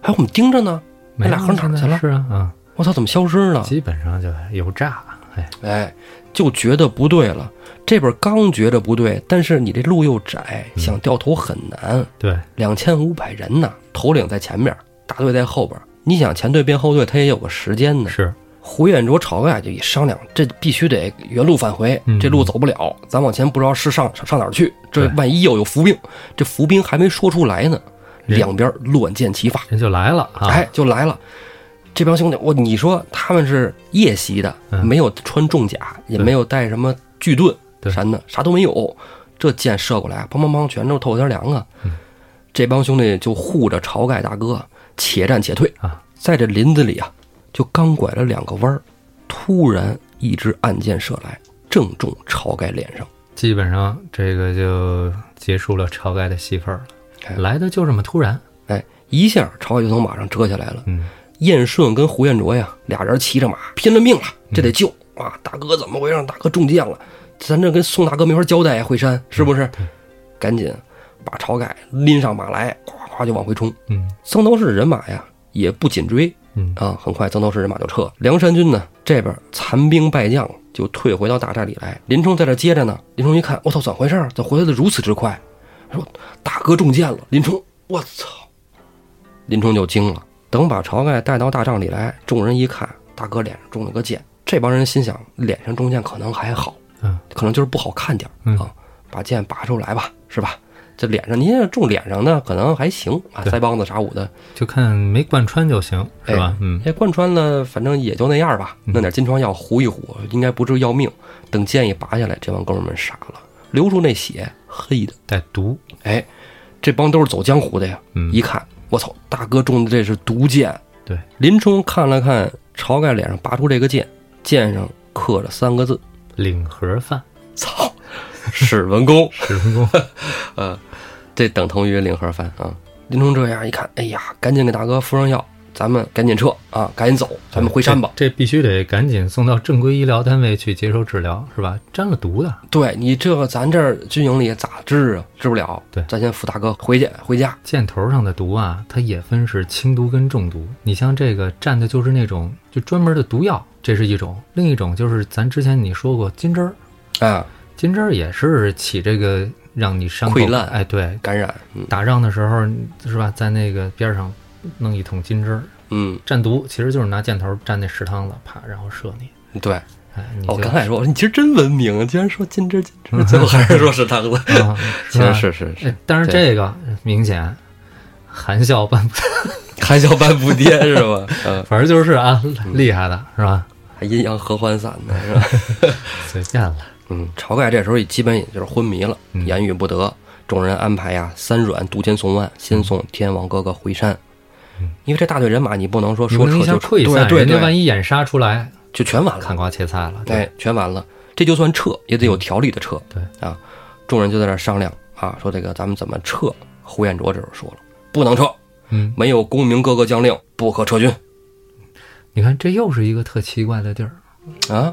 Speaker 1: 还有我们盯着呢，
Speaker 2: 没
Speaker 1: 俩
Speaker 2: 了
Speaker 1: 和尚哪儿去了啊
Speaker 2: 是啊，啊、
Speaker 1: 我操，怎么消失呢？
Speaker 2: 基本上就有诈。哎，
Speaker 1: 哎，就觉得不对了。这边刚觉着不对，但是你这路又窄，
Speaker 2: 嗯
Speaker 1: 想掉头很难。
Speaker 2: 对，
Speaker 1: 两千五百人呢，头领在前面，大队在后边。你想前队变后队，他也有个时间呢。
Speaker 2: 是
Speaker 1: 胡彦卓、晁盖就一商量，这必须得原路返回，
Speaker 2: 嗯
Speaker 1: 这路走不了，咱往前不知道是上上哪儿去。这
Speaker 2: 对
Speaker 1: 万一又有伏兵，这伏兵还没说出来呢，
Speaker 2: 人
Speaker 1: 两边乱箭齐发，
Speaker 2: 人就来了啊。
Speaker 1: 哎，就来了。这帮兄弟，我你说他们是夜袭的，
Speaker 2: 嗯
Speaker 1: 没有穿重甲，也
Speaker 2: 对
Speaker 1: 没有带什么巨盾
Speaker 2: 对
Speaker 1: 啥的，啥都没有。这箭射过来，砰砰砰，全都透天凉啊！
Speaker 2: 嗯
Speaker 1: 这帮兄弟就护着晁盖大哥，且战且退
Speaker 2: 啊！
Speaker 1: 在这林子里啊，就刚拐了两个弯儿，突然一支暗箭射来，正中晁盖脸上。
Speaker 2: 基本上这个就结束了晁盖的戏份儿
Speaker 1: 哎
Speaker 2: 了，来的就这么突然。
Speaker 1: 哎，一下晁盖就从马上折下来了。
Speaker 2: 嗯，
Speaker 1: 燕顺跟胡彦卓呀，俩人骑着马拼了命了，这得救啊！大哥怎么回事？大哥中箭了，咱这跟宋大哥没法交代呀，啊惠山是不是？赶紧把晁盖拎上马来，咵咵就往回冲。
Speaker 2: 嗯
Speaker 1: 曾头市人马呀也不紧追
Speaker 2: 嗯，
Speaker 1: 啊，很快曾头市人马就撤。梁山军呢这边残兵败将就退回到大寨里来。林冲在这接着呢，林冲一看，我操，怎么回事？怎么回来的如此之快？说大哥中箭了。林冲，我操！林冲就惊了。等把晁盖带到大帐里来，众人一看，大哥脸上中了个箭。这帮人心想，脸上中箭可能还好，
Speaker 2: 嗯，
Speaker 1: 可能就是不好看点儿、
Speaker 2: 嗯
Speaker 1: 啊，把箭拔出来吧，是吧？这脸上，您要中脸上呢，可能还行啊，
Speaker 2: 对
Speaker 1: 腮帮子啥捂的，
Speaker 2: 就看没贯穿就行，是吧？嗯，
Speaker 1: 这贯穿了，反正也就那样吧，
Speaker 2: 嗯
Speaker 1: 弄点金疮药糊一糊，应该不至于要命。等剑一拔下来，这帮哥们儿傻了，流出那血黑的，
Speaker 2: 带毒。
Speaker 1: 哎，这帮都是走江湖的呀，
Speaker 2: 嗯，
Speaker 1: 一看，我操，大哥中的这是毒箭。
Speaker 2: 对，
Speaker 1: 林冲看了看晁盖脸上拔出这个箭，箭上刻着三个字
Speaker 2: 领盒饭，：“
Speaker 1: 操，史文
Speaker 2: [laughs]
Speaker 1: 恭。”
Speaker 2: 史文恭。
Speaker 1: 呃，这等同于领盒饭啊。林冲这样一看，哎呀，赶紧给大哥敷上药，咱们赶紧撤啊，赶紧走， [laughs] 咱们回山吧。
Speaker 2: 这，这必须得赶紧送到正规医疗单位去接受治疗，是吧？沾了毒的，
Speaker 1: 对你这个咱这儿军营里咋治啊？治不了。
Speaker 2: 对
Speaker 1: 咱先扶大哥回去回家。
Speaker 2: 箭头上的毒啊，它也分是轻毒跟重毒。你像这个蘸的就是那种就专门的毒药，这是一种；另一种就是咱之前你说过金针儿，
Speaker 1: 啊，
Speaker 2: 金针儿也是起这个让你伤口
Speaker 1: 溃烂
Speaker 2: 哎，对，
Speaker 1: 感染，嗯
Speaker 2: 打仗的时候是吧，在那个边上弄一桶金针儿，
Speaker 1: 嗯，
Speaker 2: 蘸毒其实就是拿箭头蘸那食汤子，啪，然后射你。
Speaker 1: 对。
Speaker 2: 哎，你
Speaker 1: 我
Speaker 2: 就
Speaker 1: 刚 [laughs] 才说，我说你其实真文明啊，竟然说金枝金枝，
Speaker 2: [laughs]
Speaker 1: 最后还是说是汤子。
Speaker 2: 啊，
Speaker 1: 其
Speaker 2: 吧
Speaker 1: 实是是是，
Speaker 2: 哎但是
Speaker 1: 对
Speaker 2: 这个明显含笑半步， [laughs]
Speaker 1: 含笑半步癫是吧？嗯，
Speaker 2: 反正就是啊，厉害的是吧？
Speaker 1: 还阴阳合欢散呢是吧？
Speaker 2: 随便了，
Speaker 1: 嗯，晁盖这时候也基本也就是昏迷了，
Speaker 2: 嗯
Speaker 1: 言语不得。众人安排呀，三软渡肩送腕，先送天王哥哥回山。因为这大队人马，你不能说
Speaker 2: 嗯你
Speaker 1: 说
Speaker 2: 不
Speaker 1: 撤
Speaker 2: 能一下
Speaker 1: 就撤，
Speaker 2: 溃
Speaker 1: 对
Speaker 2: 散，
Speaker 1: 对嗯
Speaker 2: 人家
Speaker 1: 对，
Speaker 2: 万一掩杀出来，
Speaker 1: 就全完
Speaker 2: 砍
Speaker 1: 了，
Speaker 2: 瓜切菜了。
Speaker 1: 哎，全完了。这就算撤，也得有条理的撤。
Speaker 2: 对
Speaker 1: 啊，众人就在那儿商量啊，说这个咱们怎么撤。胡彦卓这时候说了，不能撤，
Speaker 2: 嗯，
Speaker 1: 没有公明哥哥将令，不可撤军
Speaker 2: 你看这又是一个特奇怪的地儿，
Speaker 1: 啊！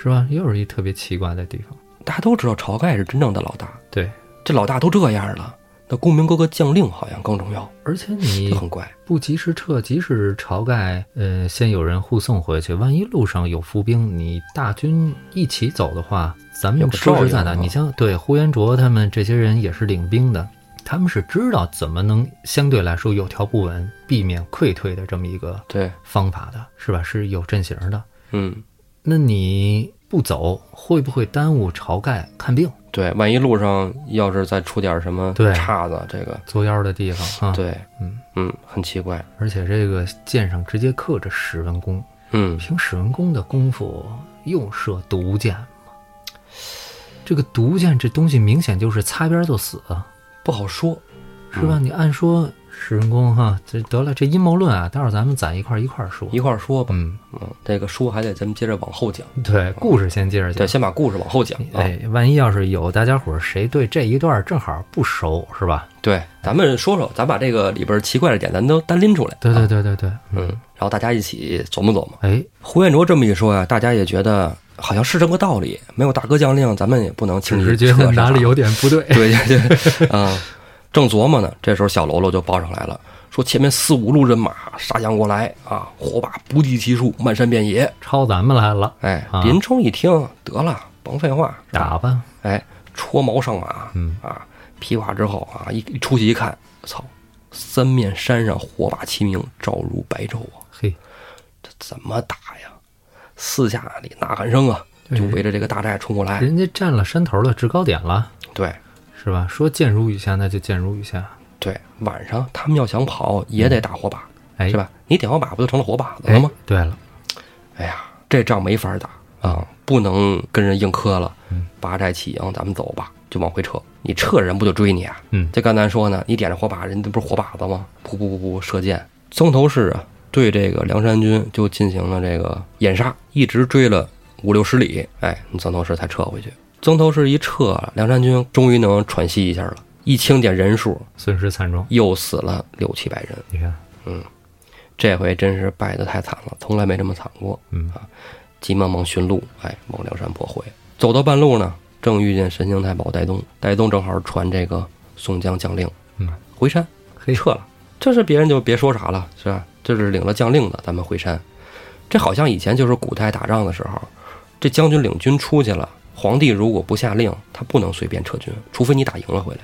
Speaker 2: 是吧？又是一特别奇怪的地方。
Speaker 1: 大家都知道晁盖是真正的老大，
Speaker 2: 对，
Speaker 1: 这老大都这样了，那公明哥哥将令好像更重要，
Speaker 2: 而且
Speaker 1: 这 [laughs]
Speaker 2: 你
Speaker 1: 很怪。
Speaker 2: 不及时撤，即使晁盖呃先有人护送回去，万一路上有伏兵，你大军一起走的话，咱
Speaker 1: 有
Speaker 2: 们
Speaker 1: 个
Speaker 2: 说
Speaker 1: 照
Speaker 2: 实
Speaker 1: 应
Speaker 2: 在的，
Speaker 1: 啊
Speaker 2: 你像对呼延灼他们这些人也是领兵的，他们是知道怎么能相对来说有条不紊，避免溃退的这么一个
Speaker 1: 对，
Speaker 2: 方法的，是吧？是有阵型的。
Speaker 1: 嗯，
Speaker 2: 那你不走，会不会耽误晁盖看病？
Speaker 1: 对，万一路上要是再出点什么
Speaker 2: 对
Speaker 1: 岔子，这个
Speaker 2: 作妖的地方啊，
Speaker 1: 对，
Speaker 2: 嗯
Speaker 1: 嗯，很奇怪，
Speaker 2: 而且这个箭上直接刻着史文恭，
Speaker 1: 嗯，
Speaker 2: 凭史文恭的功夫又射毒箭吗？这个毒箭这东西明显就是擦边就死啊，
Speaker 1: 不好说，
Speaker 2: 是吧？你按说石人公哈，这得了，这阴谋论啊，待会儿咱们攒一块儿一块儿说。
Speaker 1: 一块儿说吧。
Speaker 2: 嗯，
Speaker 1: 嗯，这个书还得咱们接着往后讲，
Speaker 2: 对，故事先接着
Speaker 1: 对，
Speaker 2: 讲。
Speaker 1: 先把故事往后讲啊。
Speaker 2: 哎，万一要是有大家伙儿谁对这一段正好不熟，是吧？
Speaker 1: 对，咱们说说，咱把这个里边奇怪的点咱都单拎出来。
Speaker 2: 对对
Speaker 1: 啊，
Speaker 2: 对对对，
Speaker 1: 嗯，然后大家一起琢磨琢磨。
Speaker 2: 哎，
Speaker 1: 胡彦卓这么一说呀、大家也觉得好像是这么个道理。没有大哥将令，咱们也不能轻易
Speaker 2: 只是觉
Speaker 1: 扯
Speaker 2: 得
Speaker 1: 上
Speaker 2: 哪里
Speaker 1: 啊
Speaker 2: 有点不对。
Speaker 1: [laughs]
Speaker 2: [laughs]
Speaker 1: 对对对，啊、正琢磨呢，这时候小喽啰就报上来了，说前面四五路人马杀将过来啊，火把不计其数，漫山遍野。
Speaker 2: 抄咱们来了，
Speaker 1: 哎
Speaker 2: 啊，
Speaker 1: 林冲一听，得了，甭废话，
Speaker 2: 打吧。
Speaker 1: 哎，戳毛上马，
Speaker 2: 嗯
Speaker 1: 啊，披挂之后啊，一一出去一看，操，三面山上火把齐鸣，照如白昼啊，
Speaker 2: 嘿，
Speaker 1: 这怎么打呀？四下里呐喊声啊，就围着这个大寨冲过来。
Speaker 2: 人家占了山头了，制高点了，
Speaker 1: 对
Speaker 2: 是吧？说箭如雨下，那就箭如雨下。
Speaker 1: 对，晚上他们要想跑，也得打火把。
Speaker 2: 哎，
Speaker 1: 是？吧？你点火把不就成了火把子
Speaker 2: 哎
Speaker 1: 了吗？？
Speaker 2: 对了，
Speaker 1: 哎呀，这仗没法打啊，不能跟人硬磕了。八寨起营，咱们走吧，就往回撤。你撤人不就追你啊？
Speaker 2: 嗯
Speaker 1: 就刚才说呢，你点着火把，人家不是火把子吗？噗噗噗噗，射箭。曾头市啊，对这个梁山军就进行了这个掩杀，一直追了五六十里，哎，曾头市才撤回去。曾头市一撤啊，梁山军终于能喘息一下了。一清点人数，
Speaker 2: 损失惨重。
Speaker 1: 又死了六七百人。
Speaker 2: 你看，
Speaker 1: 这回真是败得太惨了，从来没这么惨过。
Speaker 2: 嗯
Speaker 1: 啊，急忙忙寻路，哎，往梁山泊回。走到半路呢，正遇见神行太保戴宗，戴宗正好传这个宋江将令，
Speaker 2: 嗯，
Speaker 1: 回山
Speaker 2: 嘿，
Speaker 1: 撤了。这是别人就别说啥了，是吧？这是领了将令的，咱们回山。这好像以前就是古代打仗的时候，这将军领军出去了，皇帝如果不下令，他不能随便撤军，除非你打赢了回来。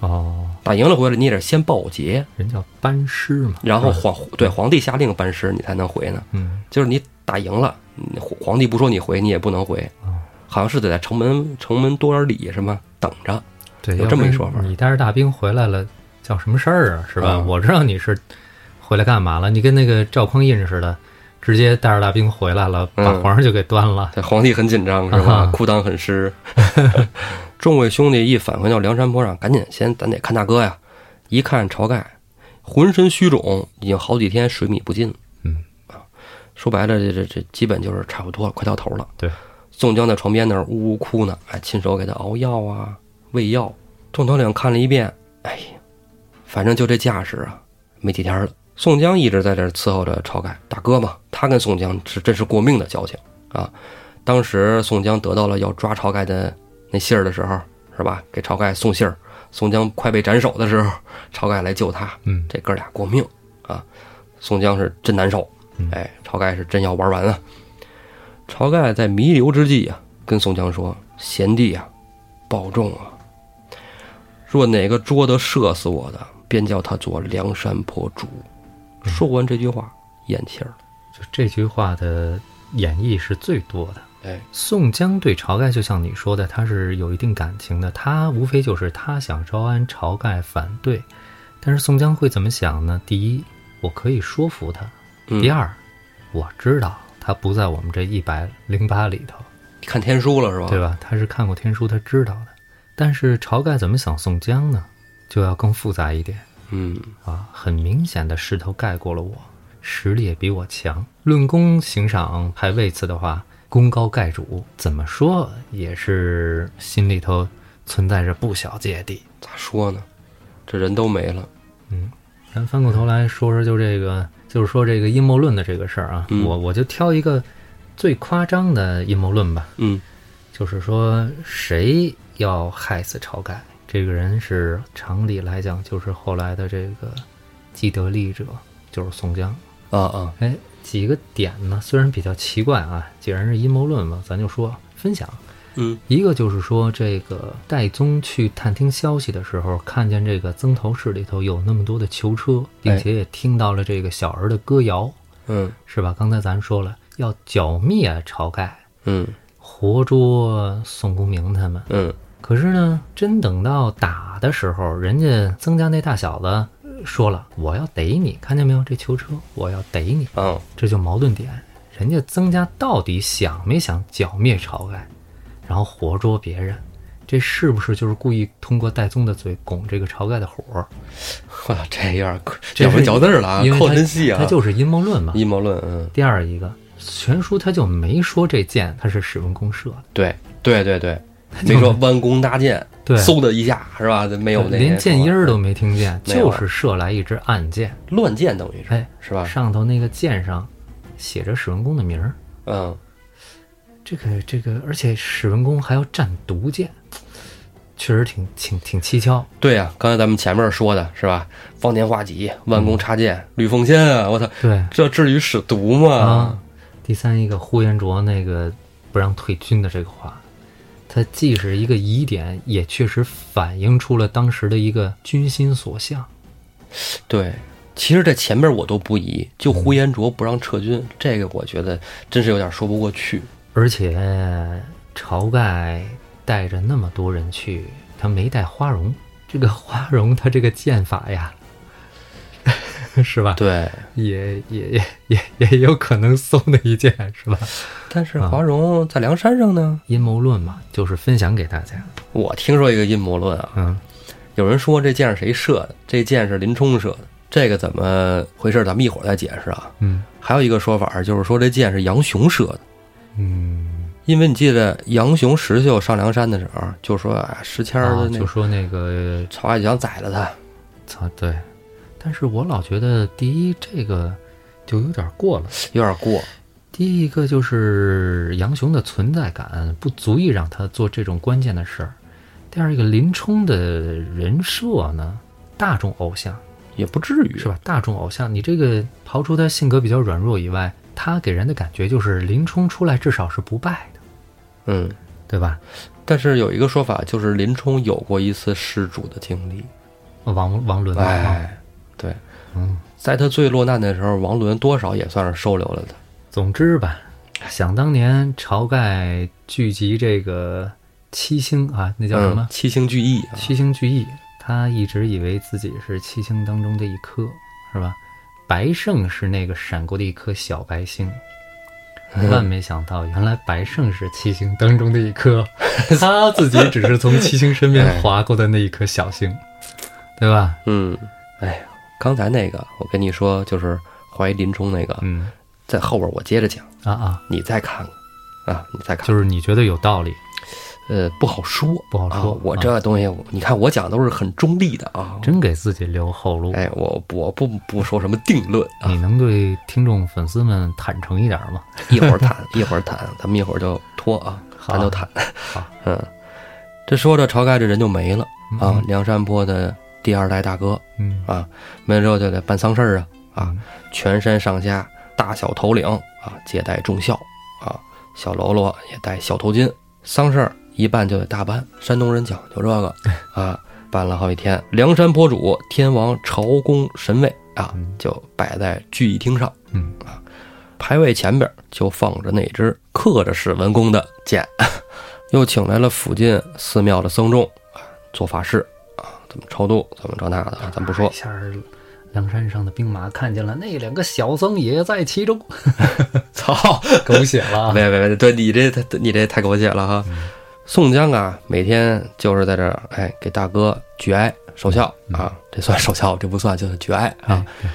Speaker 2: 哦，
Speaker 1: 打赢了回来，你也得先报捷，
Speaker 2: 人叫班师嘛。
Speaker 1: 然后
Speaker 2: 是吧
Speaker 1: 皇对皇帝下令班师，你才能回呢。
Speaker 2: 嗯，
Speaker 1: 就是你打赢了，你皇皇帝不说你回，你也不能回
Speaker 2: 哦，
Speaker 1: 好像是得在城门城门多少里什么等着。
Speaker 2: 对，
Speaker 1: 有
Speaker 2: 要
Speaker 1: 这么
Speaker 2: 不
Speaker 1: 一
Speaker 2: 然
Speaker 1: 说法
Speaker 2: 你带着大兵回来了，叫什么事儿啊？是吧？
Speaker 1: 嗯
Speaker 2: 我知道你是回来干嘛了，你跟那个赵匡胤似的，直接带着大兵回来了，把
Speaker 1: 嗯
Speaker 2: 皇上就给端了。
Speaker 1: 这皇帝很紧张是
Speaker 2: 啊
Speaker 1: 吧
Speaker 2: 哈？
Speaker 1: 裤裆很湿。
Speaker 2: [laughs]
Speaker 1: 众位兄弟一返回到梁山坡上，赶紧先咱得看大哥呀！一看晁盖，浑身虚肿，已经好几天水米不进了。
Speaker 2: 嗯
Speaker 1: 啊，说白了，这这这基本就是差不多了，快到头了。
Speaker 2: 对，
Speaker 1: 宋江在床边那儿呜呜哭呢，哎，亲手给他熬药啊、喂药。众头领看了一遍，哎呀，反正就这架势啊，没几天了。宋江一直在这儿伺候着晁盖大哥嘛，他跟宋江是真是过命的交情啊。当时宋江得到了要抓晁盖的那信儿的时候，是吧？给晁盖送信儿，宋江快被斩首的时候， [laughs] 晁盖来救他，
Speaker 2: 嗯，
Speaker 1: 这哥俩过命啊！宋江是真难受
Speaker 2: 嗯，
Speaker 1: 哎，晁盖是真要玩完啊！晁盖在弥留之际啊，跟宋江说：“贤弟啊，保重啊！若哪个捉得射死我的，便叫他做梁山泊主。”说完这句话，咽气儿了。
Speaker 2: 就这句话的演绎是最多的。
Speaker 1: 哎，
Speaker 2: 宋江对晁盖，就像你说的，他是有一定感情的。他无非就是他想招安，晁盖反对。但是宋江会怎么想呢？第一，我可以说服他；
Speaker 1: 嗯
Speaker 2: 第二，我知道他不在我们这一百零八里头，
Speaker 1: 看天书了是吧？
Speaker 2: 对吧？他是看过天书，他知道的。但是晁盖怎么想宋江呢？就要更复杂一点。
Speaker 1: 嗯，
Speaker 2: 啊，很明显的势头盖过了我，实力也比我强。论功行赏排位次的话，功高盖主，怎么说也是心里头存在着不小芥蒂。嗯
Speaker 1: 咋说呢？这人都没了。
Speaker 2: 咱翻过头来说说，就这个，就是说这个阴谋论的这个事儿啊，
Speaker 1: 嗯
Speaker 2: 我我就挑一个最夸张的阴谋论吧，
Speaker 1: 嗯
Speaker 2: 就是说谁要害死晁盖，这个人是常理来讲就是后来的这个既得利者，就是宋江。
Speaker 1: 啊啊，
Speaker 2: 哎，几个点呢，虽然比较奇怪啊，既然是阴谋论嘛，咱就说分享。
Speaker 1: 嗯
Speaker 2: 一个就是说，这个戴宗去探听消息的时候，看见这个曾头市里头有那么多的囚车，并且也听到了这个小儿的歌谣，
Speaker 1: 嗯
Speaker 2: 是吧？刚才咱说了，要剿灭晁盖，
Speaker 1: 嗯
Speaker 2: 活捉宋公明他们。
Speaker 1: 嗯
Speaker 2: 可是呢，真等到打的时候，人家曾家那大小子呃说了：“我要逮你，看见没有？这囚车，我要逮你。”
Speaker 1: 啊，
Speaker 2: 这就矛盾点。人家曾家到底想没想剿灭晁盖，然后活捉别人？这是不是就是故意通过戴宗的嘴拱这个晁盖的火儿？
Speaker 1: [laughs] 哇，这有点儿
Speaker 2: 这
Speaker 1: 咬
Speaker 2: 是
Speaker 1: 文嚼字儿了啊
Speaker 2: 因，为
Speaker 1: 扣
Speaker 2: 他
Speaker 1: 真细啊，
Speaker 2: 他就是阴谋论嘛。
Speaker 1: 阴谋论，嗯，
Speaker 2: 第二一个，全书他就没说这箭它是使用公射的，
Speaker 1: 对对对对，
Speaker 2: 就
Speaker 1: 没说弯弓搭箭，
Speaker 2: 对，
Speaker 1: 嗖的一下是吧？没有那
Speaker 2: 连
Speaker 1: 些
Speaker 2: 箭音儿都没听见，
Speaker 1: 没有啊
Speaker 2: 就是射来一支暗箭，
Speaker 1: 乱箭，等于是
Speaker 2: 哎，
Speaker 1: 是吧？
Speaker 2: 上头那个箭上写着史文恭的名儿。
Speaker 1: 嗯，
Speaker 2: 这个这个，而且史文恭还要战毒箭，确实挺挺挺蹊跷。
Speaker 1: 对呀、刚才咱们前面说的是吧？方天画戟、弯
Speaker 2: 嗯
Speaker 1: 弓插箭、吕奉先啊，我操，
Speaker 2: 对
Speaker 1: 这至于使毒吗？
Speaker 2: 啊，第三一个呼延灼那个不让退军的这个话，它既是一个疑点，也确实反映出了当时的一个军心所向。
Speaker 1: 对，其实这前面我都不疑，就呼延灼不让撤军，这个我觉得真是有点说不过去。
Speaker 2: 而且晁盖带着那么多人去，他没带花荣。这个花荣他这个剑法呀， [laughs] 是吧？
Speaker 1: 对，
Speaker 2: 也也也也也有可能搜那一剑，是吧？
Speaker 1: 但是华容在梁山上呢，
Speaker 2: 阴谋论嘛，就是分享给大家。
Speaker 1: 我听说一个阴谋论啊，
Speaker 2: 嗯，
Speaker 1: 有人说这箭是谁射的？这箭是林冲射的，这个怎么回事？咱们一会儿再解释啊。
Speaker 2: 嗯
Speaker 1: 还有一个说法就是说这箭是杨雄射的，
Speaker 2: 嗯，
Speaker 1: 因为你记得杨雄、石秀上梁山的时候，就说啊，石谦儿
Speaker 2: 啊
Speaker 1: 的，那
Speaker 2: 就说那个，
Speaker 1: 曹爱将宰了他。
Speaker 2: 操，啊对。但是我老觉得，第一这个就有点过了。
Speaker 1: 有点过，
Speaker 2: 第一个就是杨雄的存在感不足以让他做这种关键的事儿。第二一个，林冲的人设呢，大众偶像
Speaker 1: 也不至于
Speaker 2: 是？吧？大众偶像，你这个刨除他性格比较软弱以外，他给人的感觉就是林冲出来至少是不败的，
Speaker 1: 嗯，
Speaker 2: 对吧？
Speaker 1: 但是有一个说法，就是林冲有过一次失主的经历。
Speaker 2: 王王伦嘛，
Speaker 1: 哎，对，
Speaker 2: 嗯，
Speaker 1: 在他最落难的时候，王伦多少也算是收留了他。
Speaker 2: 总之吧，想当年晁盖聚集这个七星啊，那叫什么
Speaker 1: 嗯？？七星聚义啊，
Speaker 2: 七星聚义，他一直以为自己是七星当中的一颗，是吧？白胜是那个闪过的一颗小白星，
Speaker 1: [laughs]
Speaker 2: 万没想到，原来白胜是七星当中的一颗， [laughs] 他自己只是从七
Speaker 1: [laughs]
Speaker 2: 星身
Speaker 1: 哎
Speaker 2: 边划过的那一颗小星，对吧？
Speaker 1: 嗯，哎呀，刚才那个我跟你说，就是怀疑林冲那个，
Speaker 2: 嗯，
Speaker 1: 在后边我接着讲，
Speaker 2: 啊啊，
Speaker 1: 你再看看啊，你再看，
Speaker 2: 就是你觉得有道理，
Speaker 1: 呃，不好说，
Speaker 2: 不好
Speaker 1: 啊
Speaker 2: 说。，
Speaker 1: 我
Speaker 2: 啊
Speaker 1: 这东西，你看我讲都是很中立的啊，
Speaker 2: 真给自己留后路。
Speaker 1: 哎，我我不不说什么定论啊
Speaker 2: 你，能对听众粉丝们坦诚一点吗？
Speaker 1: [laughs] 一会儿谈，一会儿谈，咱们一会儿就拖啊，
Speaker 2: 好
Speaker 1: 咱就谈
Speaker 2: 好，
Speaker 1: [laughs] 嗯，这说着晁盖这人就没了啊
Speaker 2: 嗯，
Speaker 1: 梁山泊的第二代大哥，
Speaker 2: 嗯
Speaker 1: 啊，没了之后就得办丧事儿啊啊
Speaker 2: 嗯，
Speaker 1: 全山上下大小头领啊皆带重孝啊，小喽啰也戴小头巾，丧事儿一办就得大办，山东人讲究这
Speaker 2: [laughs]
Speaker 1: 个啊，办了好几天，梁山坡主天王朝公神位啊
Speaker 2: 嗯
Speaker 1: 就摆在聚义厅上，
Speaker 2: 嗯
Speaker 1: 牌位前边就放着那只刻着史文恭的剑， [laughs] 又请来了附近寺庙的僧众啊做法事啊，怎么超度，怎么这那的，啊咱
Speaker 2: [laughs]
Speaker 1: 不说
Speaker 2: 啊一。下儿梁山上的兵马看见了那两个小僧也在
Speaker 1: [laughs]
Speaker 2: 其中，
Speaker 1: 操！
Speaker 2: 狗血了啊。嗯
Speaker 1: 别别别，对你这太你这太狗血了哈。宋江啊，每天就是在这儿，哎，给大哥举哀守孝啊，这算守孝，这不算就是举哀啊
Speaker 2: 嗯哎，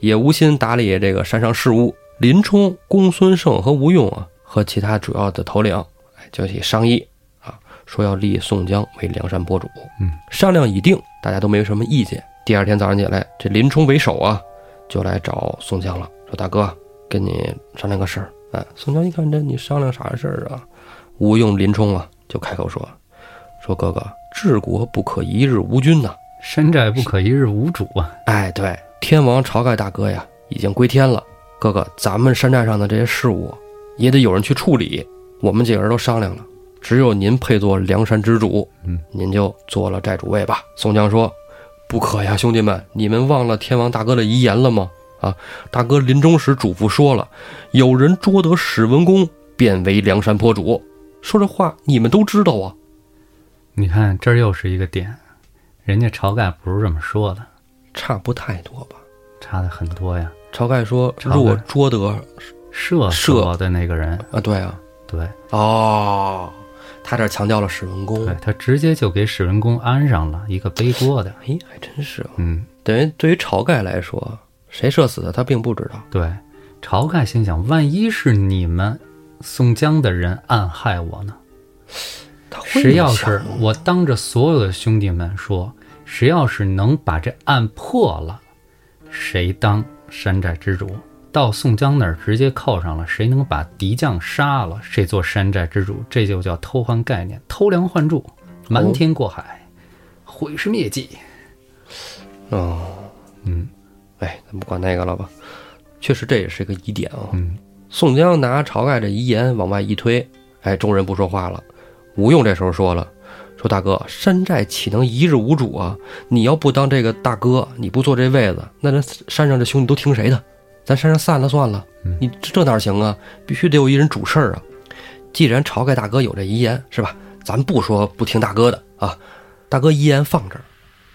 Speaker 1: 也无心打理这个山上事务。林冲、公孙胜和吴用啊，和其他主要的头领，哎，就一起商议啊，说要立宋江为梁山泊主。
Speaker 2: 嗯，
Speaker 1: 商量已定，大家都没什么意见。第二天早上起来，这林冲为首啊，就来找宋江了，说大哥，跟你商量个事儿。哎，宋江一看这你商量啥事儿啊？吴用、林冲啊，就开口说：“说哥哥，治国不可一日无君呐、
Speaker 2: 山寨不可一日无主啊！
Speaker 1: 哎，对，天王晁盖大哥呀，已经归天了。哥哥，咱们山寨上的这些事务，也得有人去处理。我们几个人都商量了，只有您配做梁山之主，
Speaker 2: 嗯，
Speaker 1: 您就做了寨主位吧。宋江说：“不可呀，兄弟们，你们忘了天王大哥的遗言了吗？啊，大哥临终时嘱咐说了，有人捉得史文恭，便为梁山坡主。说这话你们都知道啊。
Speaker 2: 你看，这儿又是一个点，人家晁盖不是这么说的，
Speaker 1: 差不太多吧？
Speaker 2: 差的很多呀。
Speaker 1: 晁盖说：“
Speaker 2: 晁盖
Speaker 1: 若捉得啊射
Speaker 2: 射射的那个人，
Speaker 1: 啊，对啊，
Speaker 2: 对，
Speaker 1: 哦，他这儿强调了史文恭
Speaker 2: 对，他直接就给史文恭安上了一个背锅的，
Speaker 1: 哎，还真是、啊。
Speaker 2: 嗯，
Speaker 1: 等于对于晁盖来说，谁射死的他并不知道。
Speaker 2: 对。晁盖心想，万一是你们宋江的人暗害我呢？
Speaker 1: 他会
Speaker 2: 谁要
Speaker 1: 想
Speaker 2: 是我当着所有的兄弟们说，谁要是能把这案破了，谁当山寨之主。到宋江那儿直接扣上了，谁能把敌将杀了，谁做山寨之主。这就叫偷换概念，偷梁换柱，瞒天过海，毁尸灭迹。
Speaker 1: 哦，
Speaker 2: 嗯
Speaker 1: 哎，咱不管那个了吧。确实，这也是一个疑点啊。
Speaker 2: 嗯，
Speaker 1: 宋江拿晁盖这遗言往外一推，哎，众人不说话了。吴用这时候说了：“说大哥，山寨岂能一日无主啊？你要不当这个大哥，你不坐这位子，那咱山上这兄弟都听谁的？咱山上散了算了。
Speaker 2: 嗯
Speaker 1: 你这这哪行啊？必须得有一人主事儿啊！既然晁盖大哥有这遗言，是吧？咱不说不听大哥的啊，大哥遗言放这儿，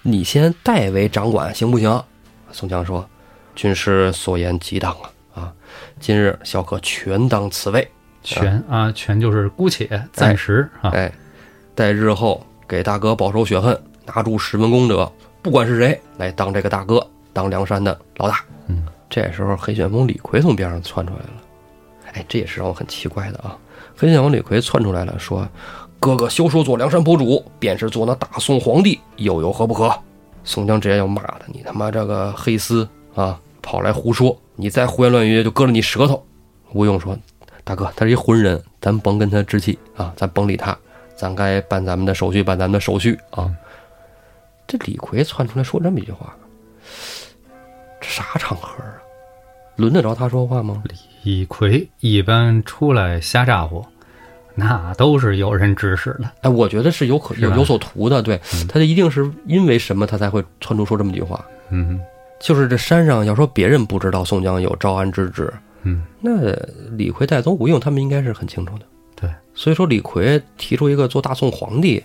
Speaker 1: 你先代为掌管，行不行？”宋江说：“军师所言极当啊！啊，今日小可全当此位。
Speaker 2: 全啊，全就是姑且暂时啊，
Speaker 1: 哎，待日后给大哥报仇雪恨，拿住史文恭者，不管是谁来当这个大哥，当梁山的老大。
Speaker 2: 嗯，
Speaker 1: 这时候黑旋风李逵从边上窜出来了。哎，这也是让我很奇怪的啊！黑旋风李逵窜出来了，说：“哥哥休说做梁山伯主，便是做那大宋皇帝，又有何不可？”宋江直接就骂他：“你他妈这个黑丝啊，跑来胡说！你再胡言乱语，就割了你舌头！”吴用说：“大哥，他是一浑人，咱甭跟他置气啊，咱甭理他，咱该办咱们的手续，办咱们的手续啊。”
Speaker 2: 嗯
Speaker 1: 这李逵窜出来说这么一句话，这啥场合啊？轮得着他说话吗？
Speaker 2: 李逵一般出来瞎咋呼，那都是有人指使的。
Speaker 1: 哎，我觉得是有可有
Speaker 2: 吧
Speaker 1: 有所图的，对，他这一定是因为什么他才会窜出说这么一句话。
Speaker 2: 嗯
Speaker 1: 就是这山上要说别人不知道宋江有招安之职，
Speaker 2: 嗯，
Speaker 1: 那李逵、戴宗、吴用他们应该是很清楚的。
Speaker 2: 对，
Speaker 1: 所以说李逵提出一个做大宋皇帝，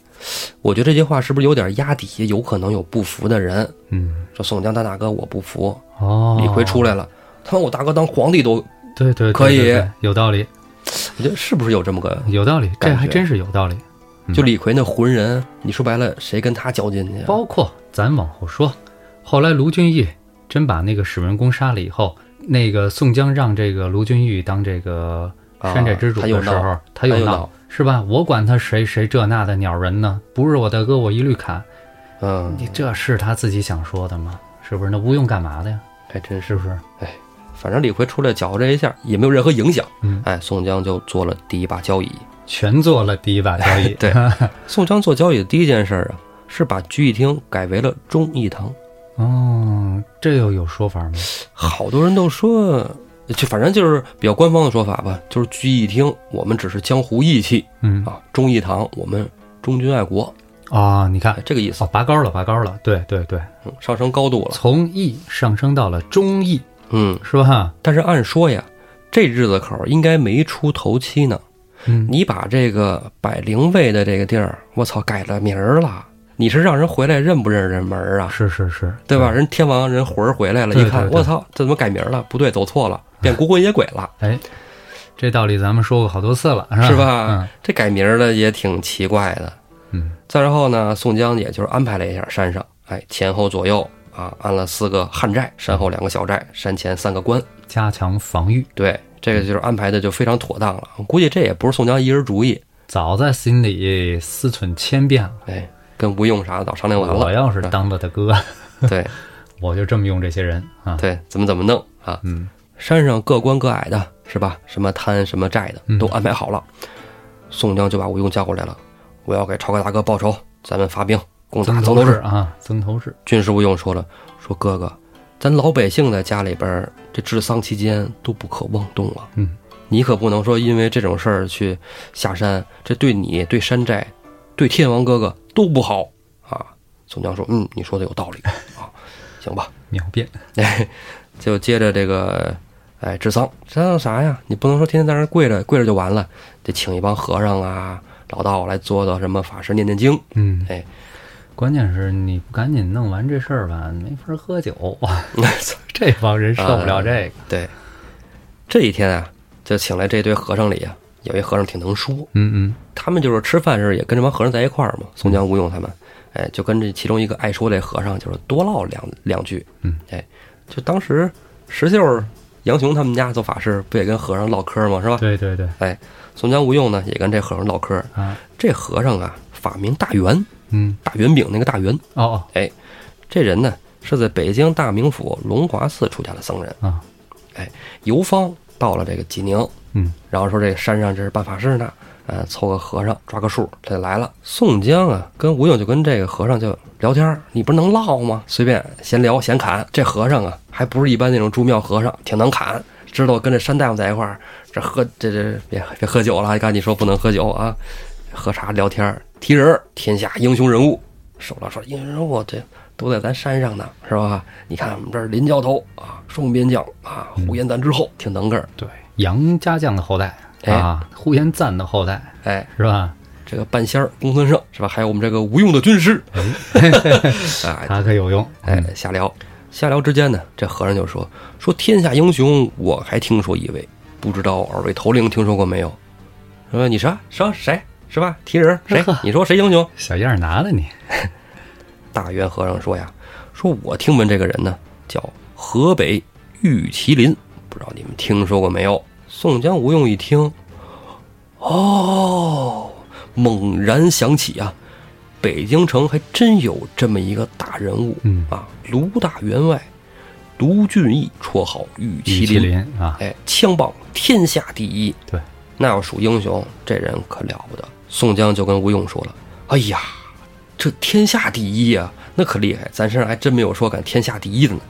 Speaker 1: 我觉得这句话是不是有点压底下有可能有不服的人？
Speaker 2: 嗯，
Speaker 1: 说宋江他大哥我不服，
Speaker 2: 哦，
Speaker 1: 李逵出来了，他把我大哥当皇帝都，
Speaker 2: 对对对
Speaker 1: 可以
Speaker 2: 对对有道理，
Speaker 1: 我觉得是不是有这么个？
Speaker 2: 有道理，
Speaker 1: 感
Speaker 2: 这
Speaker 1: 觉
Speaker 2: 还真是有道理。嗯
Speaker 1: 就李逵那浑人，你说白了，谁跟他较劲去啊？
Speaker 2: 包括咱往后说，后来卢俊义真把那个史文恭杀了以后，那个宋江让这个卢俊义当这个山寨之主
Speaker 1: 啊他又
Speaker 2: 的时候，
Speaker 1: 闹
Speaker 2: 他
Speaker 1: 又
Speaker 2: 又闹
Speaker 1: 闹，
Speaker 2: 是吧？我管他谁谁这那的鸟人呢，不是我大哥，我一律砍。
Speaker 1: 嗯，
Speaker 2: 你这是他自己想说的吗？是不是？那吴用干嘛的呀？
Speaker 1: 还真是。
Speaker 2: 是不是？
Speaker 1: 反正李逵出来搅和这一下，也没有任何影响。
Speaker 2: 嗯
Speaker 1: 哎，宋江就做了第一把交椅。。
Speaker 2: 全做了第一把交 [laughs] 易
Speaker 1: [laughs] 对，宋江做交椅的第一件事儿啊，是把聚义厅改为了忠义堂。
Speaker 2: 哦，这又有说法吗？
Speaker 1: 好多人都说，就反正就是比较官方的说法吧，就是聚义厅我们只是江湖义气
Speaker 2: 嗯
Speaker 1: 啊，忠义堂我们忠君爱国，
Speaker 2: 啊、你看
Speaker 1: 哎，，这个意思。
Speaker 2: 哦，拔高了，拔高了，对对对，
Speaker 1: 嗯上升高度了。
Speaker 2: 从义上升到了忠义，
Speaker 1: 嗯，
Speaker 2: 是吧？
Speaker 1: 但是按说呀，这日子口儿应该没出头七呢。
Speaker 2: 嗯，
Speaker 1: 你把这个百灵卫的这个地儿，我操，改了名儿了。你是让人回来认不认这门儿啊？
Speaker 2: 是是是，
Speaker 1: 对吧？人天王人魂儿回来了，
Speaker 2: 对
Speaker 1: 一看，
Speaker 2: 对对
Speaker 1: 我操，这怎么改名儿了？不对，走错了，变孤魂野鬼了，
Speaker 2: 哎，这道理咱们说过好多次了，是吧？
Speaker 1: 是吧？这改名儿的也挺奇怪的。
Speaker 2: 嗯
Speaker 1: 再然后呢，宋江也就是安排了一下山上，哎，前后左右啊，安了四个旱寨，山后两个小寨，山前三个关。
Speaker 2: 嗯，加强防御，
Speaker 1: 对，这个就是安排的就非常妥当了。我估计这也不是宋江一人主意，
Speaker 2: 早在心里思忖千遍了。
Speaker 1: 哎，跟吴用啥的早商量完
Speaker 2: 我
Speaker 1: 了。
Speaker 2: 要是当了他哥，
Speaker 1: 对
Speaker 2: 我就这么用这些人啊。
Speaker 1: 对，怎么怎么弄啊？
Speaker 2: 嗯，
Speaker 1: 山上各关各矮的是吧？什么滩什么寨的
Speaker 2: 嗯
Speaker 1: 都安排好了。宋江就把吴用叫过来了，我要给晁盖大哥报仇，咱们发兵攻打
Speaker 2: 曾
Speaker 1: 曾头市。
Speaker 2: 啊，曾头市，
Speaker 1: 军师吴用说了，说哥哥，咱老百姓在家里边儿这治丧期间都不可妄动啊。
Speaker 2: 嗯，
Speaker 1: 你可不能说因为这种事儿去下山，这对你、对山寨、对天王哥哥都不好啊。宋江说，嗯，你说的有道理啊，行吧。
Speaker 2: 秒变，
Speaker 1: 哎，就接着这个，哎，治丧，治丧啥呀？你不能说天天在那儿跪着，跪着就完了，得请一帮和尚啊、老道来做做什么法事、念念经。 [laughs]
Speaker 2: 嗯，
Speaker 1: 哎，
Speaker 2: 关键是你不赶紧弄完这事儿吧，没法喝酒，啊这帮人受不了这个。
Speaker 1: 对，这一天啊，就请来这对和尚里啊，有一和尚挺能说，
Speaker 2: 嗯
Speaker 1: 他们就是吃饭时也跟这帮和尚在一块儿嘛，宋江、吴用他们，哎，就跟这其中一个爱说这和尚就是多唠两两句，
Speaker 2: 嗯，
Speaker 1: 哎，就当时石秀儿、杨雄他们家做法事，不也跟和尚唠嗑嘛，是吧
Speaker 2: 嗯，？对对对
Speaker 1: 哎，宋江、吴用呢也跟这和尚唠嗑，
Speaker 2: 啊，
Speaker 1: 这和尚啊法名大圆，
Speaker 2: 嗯
Speaker 1: 大圆饼那个大圆，哎
Speaker 2: 哦哦
Speaker 1: 这人呢是在北京大名府龙华寺出家的僧人，哎
Speaker 2: 啊，
Speaker 1: 游方到了这个济宁，
Speaker 2: 嗯
Speaker 1: 然后说这山上这是办法事呢，呃，凑个和尚抓个数，他就来了。宋江啊，跟吴用就跟这个和尚就聊天儿，你不是能唠吗？随便闲聊闲侃。这和尚啊，还不是一般那种住庙和尚，挺能侃，知道跟这山大夫在一块儿，这喝这这别别喝酒了，赶紧说不能喝酒啊，喝茶聊天儿提人儿，天下英雄人物。手了说英雄人物这都在咱山上呢，是吧？你看我们这儿林教头啊，双边将啊，呼延赞之后，挺能个儿。
Speaker 2: 对，杨家将的后代
Speaker 1: 哎
Speaker 2: 啊，呼延赞的后代
Speaker 1: 哎，
Speaker 2: 是吧？
Speaker 1: 这个半仙儿公孙胜是吧？还有我们这个无用的军师，
Speaker 2: 嗯 [laughs]
Speaker 1: 哎
Speaker 2: 他可有用，
Speaker 1: 哎，瞎聊，瞎聊之间呢，这和尚就说说天下英雄，我还听说一位，不知道二位头领听说过没有？说你说说谁是吧？提人谁
Speaker 2: 呵呵？
Speaker 1: 你说谁英雄？
Speaker 2: 小样儿拿了你，
Speaker 1: 大圆和尚说呀，说我听闻这个人呢叫河北玉麒麟，不知道你们听说过没有？宋江、吴用一听，哦，猛然想起啊，北京城还真有这么一个大人物
Speaker 2: 嗯，
Speaker 1: 啊，卢大员外，卢俊义，绰号玉
Speaker 2: 玉
Speaker 1: 麒
Speaker 2: 麒
Speaker 1: 麟，
Speaker 2: 麟啊，
Speaker 1: 哎，枪棒天下第一。
Speaker 2: 对，
Speaker 1: 那要数英雄，这人可了不得。宋江就跟吴用说了：“哎呀，这天下第一啊，那可厉害！咱身上还真没有说敢天下第一的呢。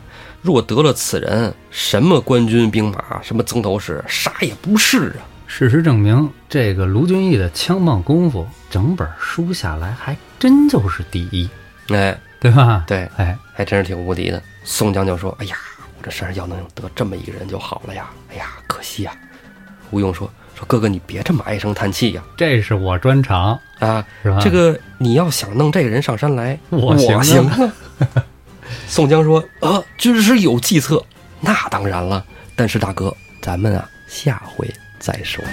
Speaker 1: 若得了此人，什么官军兵马，什么曾头市，啥也不是啊。
Speaker 2: 事实证明，这个卢俊义的枪棒功夫，整本书下来还真就是第一，”
Speaker 1: 哎，
Speaker 2: 对吧？
Speaker 1: 对，
Speaker 2: 哎，
Speaker 1: 还真是挺无敌的。宋江就说：“哎呀，我这身上要能得这么一个人就好了呀！哎呀，可惜呀、吴用说：“说哥哥，你别这么唉声叹气呀、
Speaker 2: 这是我专长，
Speaker 1: 啊，
Speaker 2: 是吧？
Speaker 1: 这个你要想弄这个人上山来，
Speaker 2: 我行
Speaker 1: 行
Speaker 2: 啊 [laughs]
Speaker 1: 啊。宋江说：“啊，军师有计策，那当然了。但是大哥，咱们啊，下回再说。”